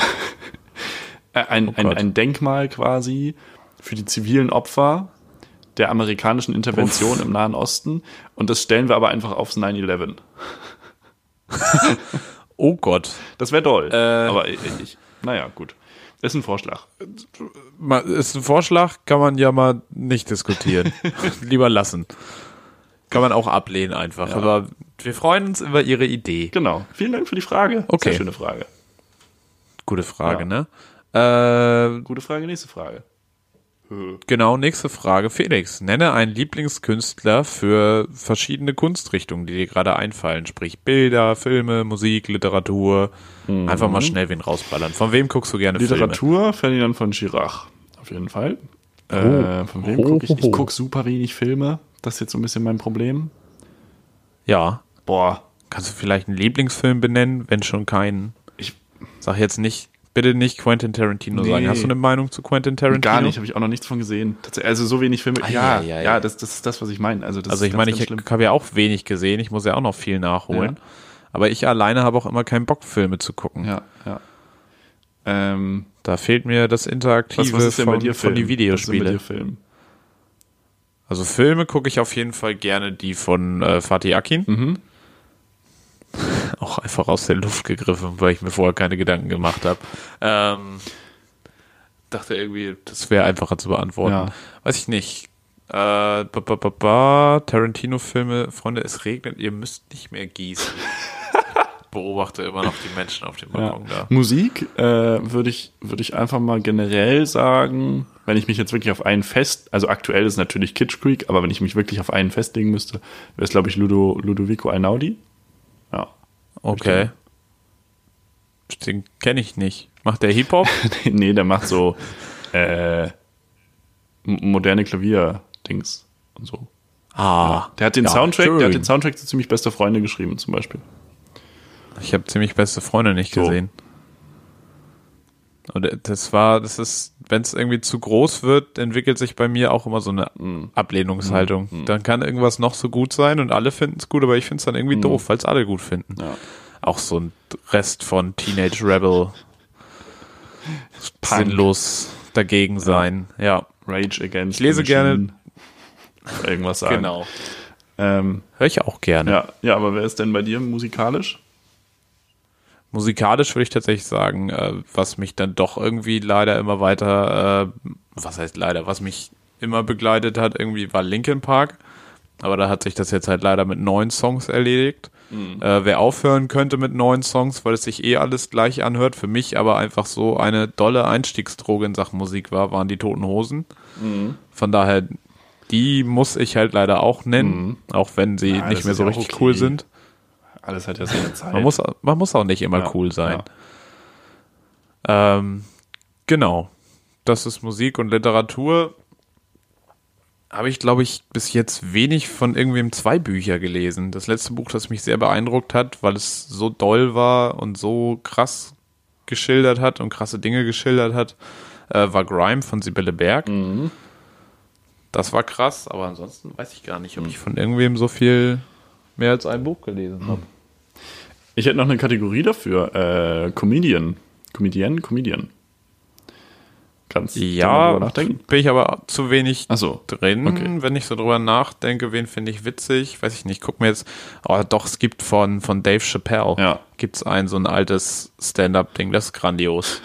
Speaker 2: äh, ein, ein, ein Denkmal quasi für die zivilen Opfer der amerikanischen Intervention im Nahen Osten. Und das stellen wir aber einfach aufs 9-11.
Speaker 1: Oh Gott.
Speaker 2: Das wäre doll. aber ich, ich, naja, gut. Ist ein Vorschlag.
Speaker 1: Ma- Ist ein Vorschlag, kann man ja mal nicht diskutieren. Lieber lassen. Kann man auch ablehnen einfach. Aber wir freuen uns über Ihre Idee.
Speaker 2: Genau. Vielen Dank für die Frage.
Speaker 1: Okay.
Speaker 2: Sehr schöne Frage.
Speaker 1: Gute Frage, ne? Äh,
Speaker 2: Gute Frage, nächste Frage.
Speaker 1: genau, nächste Frage. Felix, nenne einen Lieblingskünstler für verschiedene Kunstrichtungen, die dir gerade einfallen. Sprich Bilder, Filme, Musik, Literatur. Einfach mal schnell wen rausballern. Von wem guckst du gerne Filme?
Speaker 2: Literatur, Ferdinand von Schirach. Auf jeden Fall. Äh, von wem gucke ich? Ich gucke super wenig Filme. Das ist jetzt so ein bisschen mein Problem.
Speaker 1: Ja.
Speaker 2: Boah.
Speaker 1: Kannst du vielleicht einen Lieblingsfilm benennen, wenn schon keinen?
Speaker 2: Ich,
Speaker 1: Sag jetzt nicht, bitte nicht Quentin Tarantino
Speaker 2: Nee.
Speaker 1: sagen. Hast du eine Meinung zu Quentin Tarantino?
Speaker 2: gar nicht, habe ich auch noch nichts von gesehen. Tatsächlich, Also so wenig Filme. ja, ja,
Speaker 1: ja, ja.
Speaker 2: das, das ist das, was ich meine. Also, das
Speaker 1: Also
Speaker 2: ist
Speaker 1: ich
Speaker 2: ganz,
Speaker 1: meine,
Speaker 2: ganz
Speaker 1: ich
Speaker 2: schlimm.
Speaker 1: habe ja auch wenig gesehen. Ich muss ja auch noch viel nachholen.
Speaker 2: Ja.
Speaker 1: Aber ich alleine habe auch immer keinen Bock, Filme zu gucken.
Speaker 2: Ja, ja. Ähm,
Speaker 1: Da fehlt mir das Interaktive
Speaker 2: was, was ist denn
Speaker 1: von,
Speaker 2: bei dir
Speaker 1: von
Speaker 2: Film?
Speaker 1: den
Speaker 2: Was
Speaker 1: Videospielen.
Speaker 2: ist denn bei dir Film?
Speaker 1: Also Filme gucke ich auf jeden Fall gerne die von äh, Fatih Akin.
Speaker 2: Mhm.
Speaker 1: Auch einfach aus der Luft gegriffen, weil ich mir vorher keine Gedanken gemacht habe. Ähm, dachte irgendwie, das wäre einfacher zu beantworten.
Speaker 2: Ja.
Speaker 1: Weiß ich nicht. Äh, ba, ba, ba, ba, Tarantino-Filme, Freunde, es regnet, ihr müsst nicht mehr gießen. ich beobachte immer noch die Menschen auf dem
Speaker 2: Ja.
Speaker 1: Balkon da.
Speaker 2: Musik äh, würde ich, würde ich einfach mal generell sagen, wenn ich mich jetzt wirklich auf einen fest, also aktuell ist natürlich Kitsch Creek, aber wenn ich mich wirklich auf einen festlegen müsste, wäre es, glaube ich, Ludo, Ludovico Einaudi. Ja.
Speaker 1: Okay. Den kenne ich nicht. Macht der Hip-Hop?
Speaker 2: nee, der macht so äh, m- moderne Klavier-Dings und so.
Speaker 1: Ah,
Speaker 2: Der hat den
Speaker 1: Ja,
Speaker 2: Soundtrack, der hat
Speaker 1: schön.
Speaker 2: den Soundtrack zu ziemlich bester Freunde geschrieben, zum Beispiel.
Speaker 1: Ich habe ziemlich beste Freunde nicht
Speaker 2: So.
Speaker 1: gesehen. Und das war, das ist, wenn es irgendwie zu groß wird, entwickelt sich bei mir auch immer so eine Ablehnungshaltung. Dann kann irgendwas noch so gut sein und alle finden es gut, aber ich finde es dann irgendwie doof, weil es alle gut finden.
Speaker 2: Ja.
Speaker 1: Hm. Auch so ein Rest von Teenage Rebel
Speaker 2: Punk.
Speaker 1: sinnlos dagegen sein. Ja,
Speaker 2: Rage Against.
Speaker 1: Ich lese Genau.
Speaker 2: the Machine.
Speaker 1: gerne-
Speaker 2: Irgendwas sagen. Ähm,
Speaker 1: Höre ich auch gerne.
Speaker 2: ja, ja, aber wer ist denn bei dir musikalisch?
Speaker 1: Musikalisch würde ich tatsächlich sagen, äh, was mich dann doch irgendwie leider immer weiter, äh, was heißt leider, was mich immer begleitet hat, irgendwie war Linkin Park. Aber da hat sich das jetzt halt leider mit neun Songs erledigt.
Speaker 2: Mhm.
Speaker 1: Äh, wer aufhören könnte mit neun Songs, weil es sich eh alles gleich anhört, für mich aber einfach so eine dolle Einstiegsdroge in Sachen Musik war, waren die Toten Hosen.
Speaker 2: Mhm.
Speaker 1: Von daher, die muss ich halt leider auch nennen, auch wenn sie
Speaker 2: Mhm. Ja, das
Speaker 1: nicht mehr
Speaker 2: ist
Speaker 1: so
Speaker 2: ja auch
Speaker 1: richtig
Speaker 2: okay.
Speaker 1: cool sind.
Speaker 2: Alles hat ja seine Zeit.
Speaker 1: Man muss, man muss auch nicht immer
Speaker 2: Ja,
Speaker 1: cool sein. Ähm, genau. Das ist Musik und Literatur. Habe ich, glaube ich, bis jetzt wenig von irgendwem zwei Bücher gelesen. Das letzte Buch, das mich sehr beeindruckt hat, weil es so doll war und so krass geschildert hat und krasse Dinge geschildert hat, äh, war Grime von Sibylle Berg.
Speaker 2: Mhm.
Speaker 1: Das war krass, aber ansonsten weiß ich gar nicht,
Speaker 2: Mhm.
Speaker 1: ob ich von irgendwem so viel mehr als ein Buch gelesen habe.
Speaker 2: Ich hätte noch eine Kategorie dafür. Äh, Comedian. Comedian, Comedian. Kannst du mal
Speaker 1: Ja,
Speaker 2: drüber nachdenken?
Speaker 1: bin ich aber zu wenig
Speaker 2: Ach so.
Speaker 1: drin,
Speaker 2: Okay.
Speaker 1: wenn ich so drüber nachdenke, wen finde ich witzig, weiß ich nicht, guck mir jetzt, oh doch, es gibt von, von Dave Chappelle,
Speaker 2: Ja.
Speaker 1: gibt's ein so ein altes Stand-Up-Ding, das ist grandios.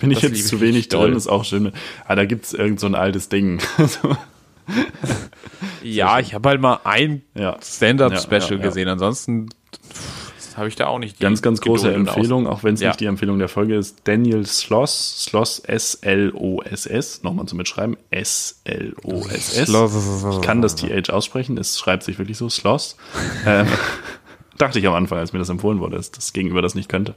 Speaker 2: Bin ich
Speaker 1: das
Speaker 2: jetzt
Speaker 1: liebe
Speaker 2: zu
Speaker 1: ich
Speaker 2: wenig
Speaker 1: doll.
Speaker 2: drin, ist auch schön. Ah, da gibt es irgend so ein altes Ding. So.
Speaker 1: ja, ich habe halt mal ein
Speaker 2: Ja.
Speaker 1: Stand-Up-Special
Speaker 2: Ja, ja, ja.
Speaker 1: gesehen, ansonsten habe ich da auch nicht die
Speaker 2: ganz, ganz große
Speaker 1: Geduld und
Speaker 2: Empfehlung, auch wenn es
Speaker 1: Ja.
Speaker 2: nicht die Empfehlung der Folge ist. Daniel Sloss, Sloss S-L-O-S-S, nochmal zum Mitschreiben, S-L-O-S-S. Ich kann das TH aussprechen, es schreibt sich wirklich so, Sloss. ähm, dachte ich am Anfang, als mir das empfohlen wurde, dass das Gegenüber das nicht könnte.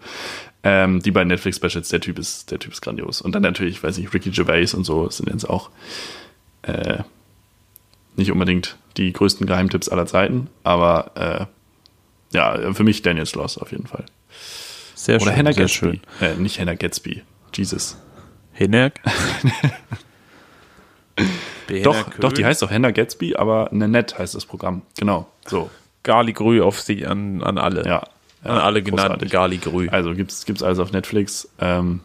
Speaker 2: Ähm, die beiden Netflix-Specials, der Typ ist, der Typ ist grandios. Und dann natürlich, weiß ich, Ricky Gervais und so sind jetzt auch äh, nicht unbedingt die größten Geheimtipps aller Zeiten, aber äh, ja, für mich Daniel Sloss auf jeden Fall.
Speaker 1: Sehr
Speaker 2: Oder
Speaker 1: schön,
Speaker 2: Hannah
Speaker 1: sehr
Speaker 2: Gatsby.
Speaker 1: schön.
Speaker 2: Äh, nicht Hannah Gatsby. Jesus.
Speaker 1: Hinnerk?
Speaker 2: Doch, doch, die heißt doch Hannah Gatsby, aber Nanette heißt das Programm. Genau. So.
Speaker 1: Garligrü auf sie an, an alle.
Speaker 2: Ja.
Speaker 1: An
Speaker 2: ja,
Speaker 1: alle genannten
Speaker 2: großartig.
Speaker 1: Garligrü.
Speaker 2: Also gibt's, gibt's alles auf Netflix. Ähm,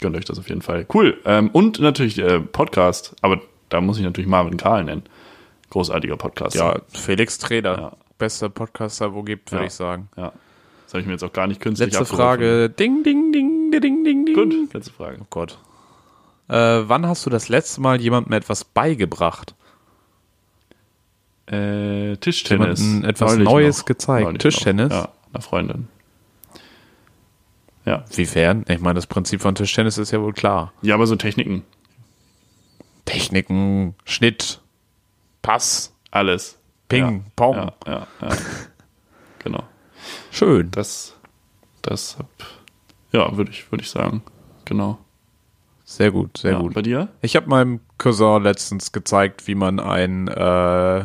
Speaker 2: gönnt euch das auf jeden Fall. Cool. Ähm, und natürlich äh, Podcast, aber da muss ich natürlich Marvin Karl nennen. Großartiger Podcast.
Speaker 1: Ja, Felix Treder.
Speaker 2: Ja.
Speaker 1: Bester Podcaster, wo gibt, würde
Speaker 2: Ja.
Speaker 1: ich sagen.
Speaker 2: ja. Das habe ich mir jetzt auch gar nicht künstlich
Speaker 1: Letzte
Speaker 2: abgerufen.
Speaker 1: Frage. Ding, ding, ding, ding, ding, ding, ding.
Speaker 2: Gut, letzte Frage.
Speaker 1: Oh Gott. Äh, wann hast du das letzte Mal jemandem etwas beigebracht?
Speaker 2: Äh, Tischtennis.
Speaker 1: Jemanden etwas Neues gezeigt. Tischtennis?
Speaker 2: Noch. Ja, einer Freundin. Ja.
Speaker 1: Wiefern? Ich meine, das Prinzip von Tischtennis ist ja wohl klar.
Speaker 2: ja, aber so Techniken.
Speaker 1: Techniken, Schnitt, Pass,
Speaker 2: Alles.
Speaker 1: Ping,
Speaker 2: ja.
Speaker 1: Pong.
Speaker 2: Ja, ja, ja. genau.
Speaker 1: Schön.
Speaker 2: Das, das, hab- ja, würde ich, würde ich sagen. Genau.
Speaker 1: Sehr gut, sehr
Speaker 2: ja,
Speaker 1: gut.
Speaker 2: Bei dir?
Speaker 1: Ich habe meinem Cousin letztens gezeigt, wie man ein, äh,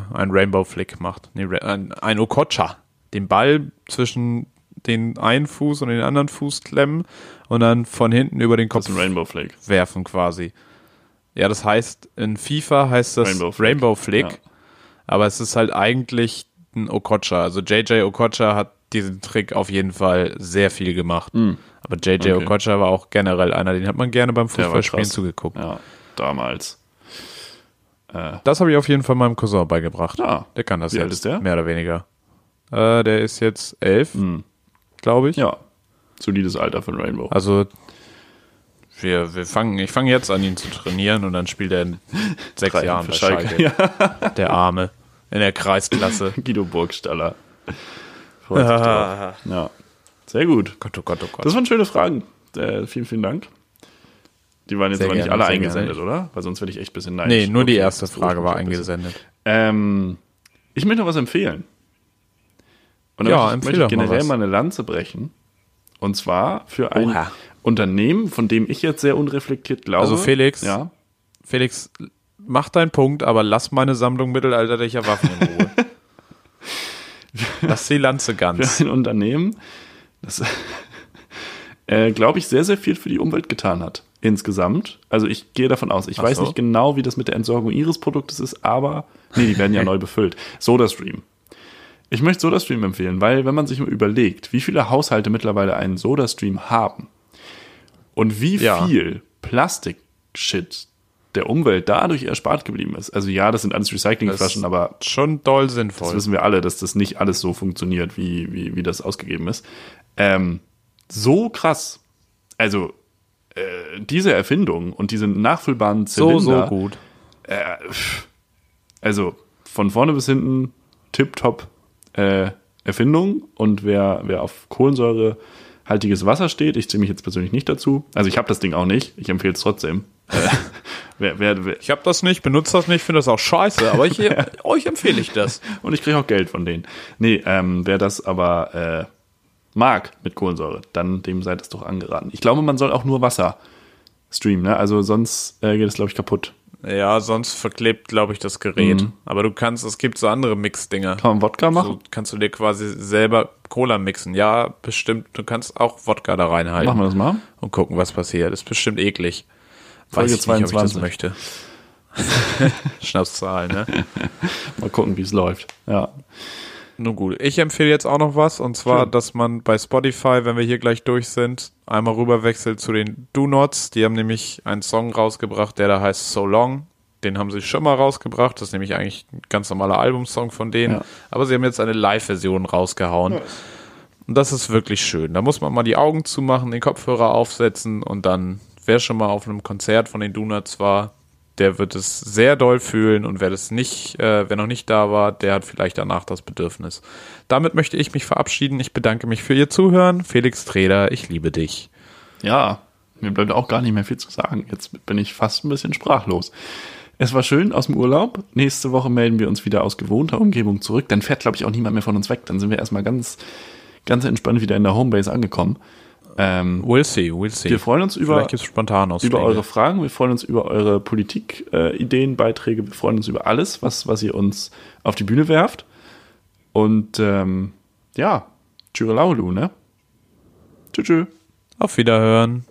Speaker 1: ein Rainbow Flick macht. Nee, Ra- ein, ein Okocha. Den Ball zwischen den einen Fuß und den anderen Fuß klemmen und dann von hinten über den
Speaker 2: Das
Speaker 1: Kopf
Speaker 2: ist ein Rainbow Flake.
Speaker 1: werfen quasi. Ja, das heißt, in FIFA heißt das
Speaker 2: Rainbow
Speaker 1: Rainbow
Speaker 2: Flick.
Speaker 1: Flick,
Speaker 2: Ja.
Speaker 1: aber es ist halt eigentlich ein Okocha. Also JJ Okocha hat diesen Trick auf jeden Fall sehr viel gemacht. Aber JJ
Speaker 2: Mm. Okay.
Speaker 1: Okocha war auch generell einer, den hat man gerne beim
Speaker 2: war
Speaker 1: Fußballspielen
Speaker 2: krass.
Speaker 1: zugeguckt.
Speaker 2: Ja, damals.
Speaker 1: Das habe ich auf jeden Fall meinem Cousin beigebracht.
Speaker 2: Ah.
Speaker 1: Der kann das
Speaker 2: Wie
Speaker 1: jetzt,
Speaker 2: alt ist der?
Speaker 1: mehr oder weniger. Äh, der ist jetzt elf, glaube ich.
Speaker 2: Ja. Solides Alter von Rainbow.
Speaker 1: Also wir, wir fangen, ich fange jetzt an, ihn zu trainieren und dann spielt er in sechs
Speaker 2: Drei
Speaker 1: Jahren bei
Speaker 2: für Schalke.
Speaker 1: Schalke. Der Arme. In der Kreisklasse.
Speaker 2: Guido Burgstaller. Freut sich drauf. ja. Sehr gut.
Speaker 1: Gott, oh Gott, oh Gott.
Speaker 2: Das waren schöne Fragen. Äh, vielen, vielen Dank. Die waren jetzt
Speaker 1: Sehr
Speaker 2: aber nicht
Speaker 1: gerne,
Speaker 2: alle
Speaker 1: sehr
Speaker 2: eingesendet, oder? Weil sonst werde ich echt ein bisschen neidisch.
Speaker 1: nee, nur die
Speaker 2: Okay,
Speaker 1: erste
Speaker 2: das
Speaker 1: Frage
Speaker 2: beruhigt
Speaker 1: war
Speaker 2: mich ein bisschen.
Speaker 1: eingesendet.
Speaker 2: Ähm, ich möchte noch was empfehlen. Und da
Speaker 1: Ja,
Speaker 2: möchte, ich-
Speaker 1: empfehl
Speaker 2: möchte
Speaker 1: doch
Speaker 2: ich
Speaker 1: mal
Speaker 2: generell
Speaker 1: was.
Speaker 2: mal, eine Lanze brechen. Und zwar für ein
Speaker 1: Oha.
Speaker 2: Unternehmen, von dem ich jetzt sehr unreflektiert glaube.
Speaker 1: Also Felix.
Speaker 2: Ja.
Speaker 1: Felix, mach deinen Punkt, aber lass meine Sammlung mittelalterlicher Waffen in Ruhe. lass die Lanze ganz.
Speaker 2: Für ein Unternehmen, das, äh, glaube ich, sehr, sehr viel für die Umwelt getan hat. Insgesamt. Also ich gehe davon aus. Ich weiß
Speaker 1: so.
Speaker 2: nicht genau, wie das mit der Entsorgung ihres Produktes ist, aber. Nee, die werden ja neu befüllt. SodaStream. Ich möchte SodaStream empfehlen, weil wenn man sich mal überlegt, wie viele Haushalte mittlerweile einen SodaStream haben und wie
Speaker 1: Ja.
Speaker 2: viel Plastik-Shit der Umwelt dadurch erspart geblieben ist. Also ja, das sind alles Recyclingflaschen, aber
Speaker 1: Schon doll
Speaker 2: das
Speaker 1: sinnvoll.
Speaker 2: wissen wir alle, dass das nicht alles so funktioniert, wie, wie, wie das ausgegeben ist. Ähm, so krass. Also, äh, diese Erfindung und diese nachfüllbaren Zylinder,
Speaker 1: so, so gut.
Speaker 2: also von vorne bis hinten tipptopp äh, Erfindung. Und wer, wer auf kohlensäurehaltiges Wasser steht, ich zähle mich jetzt persönlich nicht dazu. Also, ich habe das Ding auch nicht. Ich empfehle es trotzdem. äh, wer, wer, wer,
Speaker 1: Ich habe das nicht, benutze das nicht, finde das auch scheiße, aber ich, e-, euch empfehle ich das.
Speaker 2: Und ich kriege auch Geld von denen. Nee, ähm, wer das aber äh, mag mit Kohlensäure, dann dem sei das doch angeraten. Ich glaube, man soll auch nur Wasser streamen, ne? Also sonst äh, geht es, glaube ich, kaputt.
Speaker 1: Ja, sonst verklebt, glaube ich, das Gerät. Aber du kannst, es gibt so andere Mix-Dinger.
Speaker 2: Kann man Wodka machen?
Speaker 1: So kannst du dir quasi selber Cola mixen. Ja, bestimmt. Du kannst auch Wodka da reinhalten
Speaker 2: Machen wir das mal.
Speaker 1: und gucken, was passiert. Ist bestimmt eklig.
Speaker 2: Folge
Speaker 1: Weiß ich nicht, ob ich das
Speaker 2: 22.
Speaker 1: möchte. Schnapszahl, ne?
Speaker 2: Mal gucken, wie es läuft. Ja.
Speaker 1: Nun gut, ich empfehle jetzt auch noch was und zwar, dass man bei Spotify, wenn wir hier gleich durch sind, einmal rüberwechselt zu den Do Nots. Die haben nämlich einen Song rausgebracht, der da heißt So Long. Den haben sie schon mal rausgebracht. Das ist nämlich eigentlich ein ganz normaler Albumsong von denen.
Speaker 2: Ja.
Speaker 1: Aber sie haben jetzt eine Live-Version rausgehauen. Und das ist wirklich schön. Da muss man mal die Augen zumachen, den Kopfhörer aufsetzen und dann, wer schon mal auf einem Konzert von den Donuts war, der wird es sehr doll fühlen und wer das nicht, äh, wer noch nicht da war, der hat vielleicht danach das Bedürfnis. Damit möchte ich mich verabschieden. Ich bedanke mich für Ihr Zuhören. Felix Treder, ich liebe dich.
Speaker 2: Ja, mir bleibt auch gar nicht mehr viel zu sagen. Jetzt bin ich fast ein bisschen sprachlos. Es war schön aus dem Urlaub. Nächste Woche melden wir uns wieder aus gewohnter Umgebung zurück. Dann fährt, glaube ich, auch niemand mehr von uns weg. Dann sind wir erstmal ganz, ganz entspannt wieder in der Homebase angekommen. Ähm,
Speaker 1: We'll see, we'll see.
Speaker 2: wir freuen uns über,
Speaker 1: Vielleicht gibt es spontan
Speaker 2: über eure Fragen. Wir freuen uns über eure Politik, äh, Ideen, Beiträge. Wir freuen uns über alles, was, was ihr uns auf die Bühne werft. Und ähm, ja, Tschürelaulu, ne? Tschüss. Tschü.
Speaker 1: Auf Wiederhören.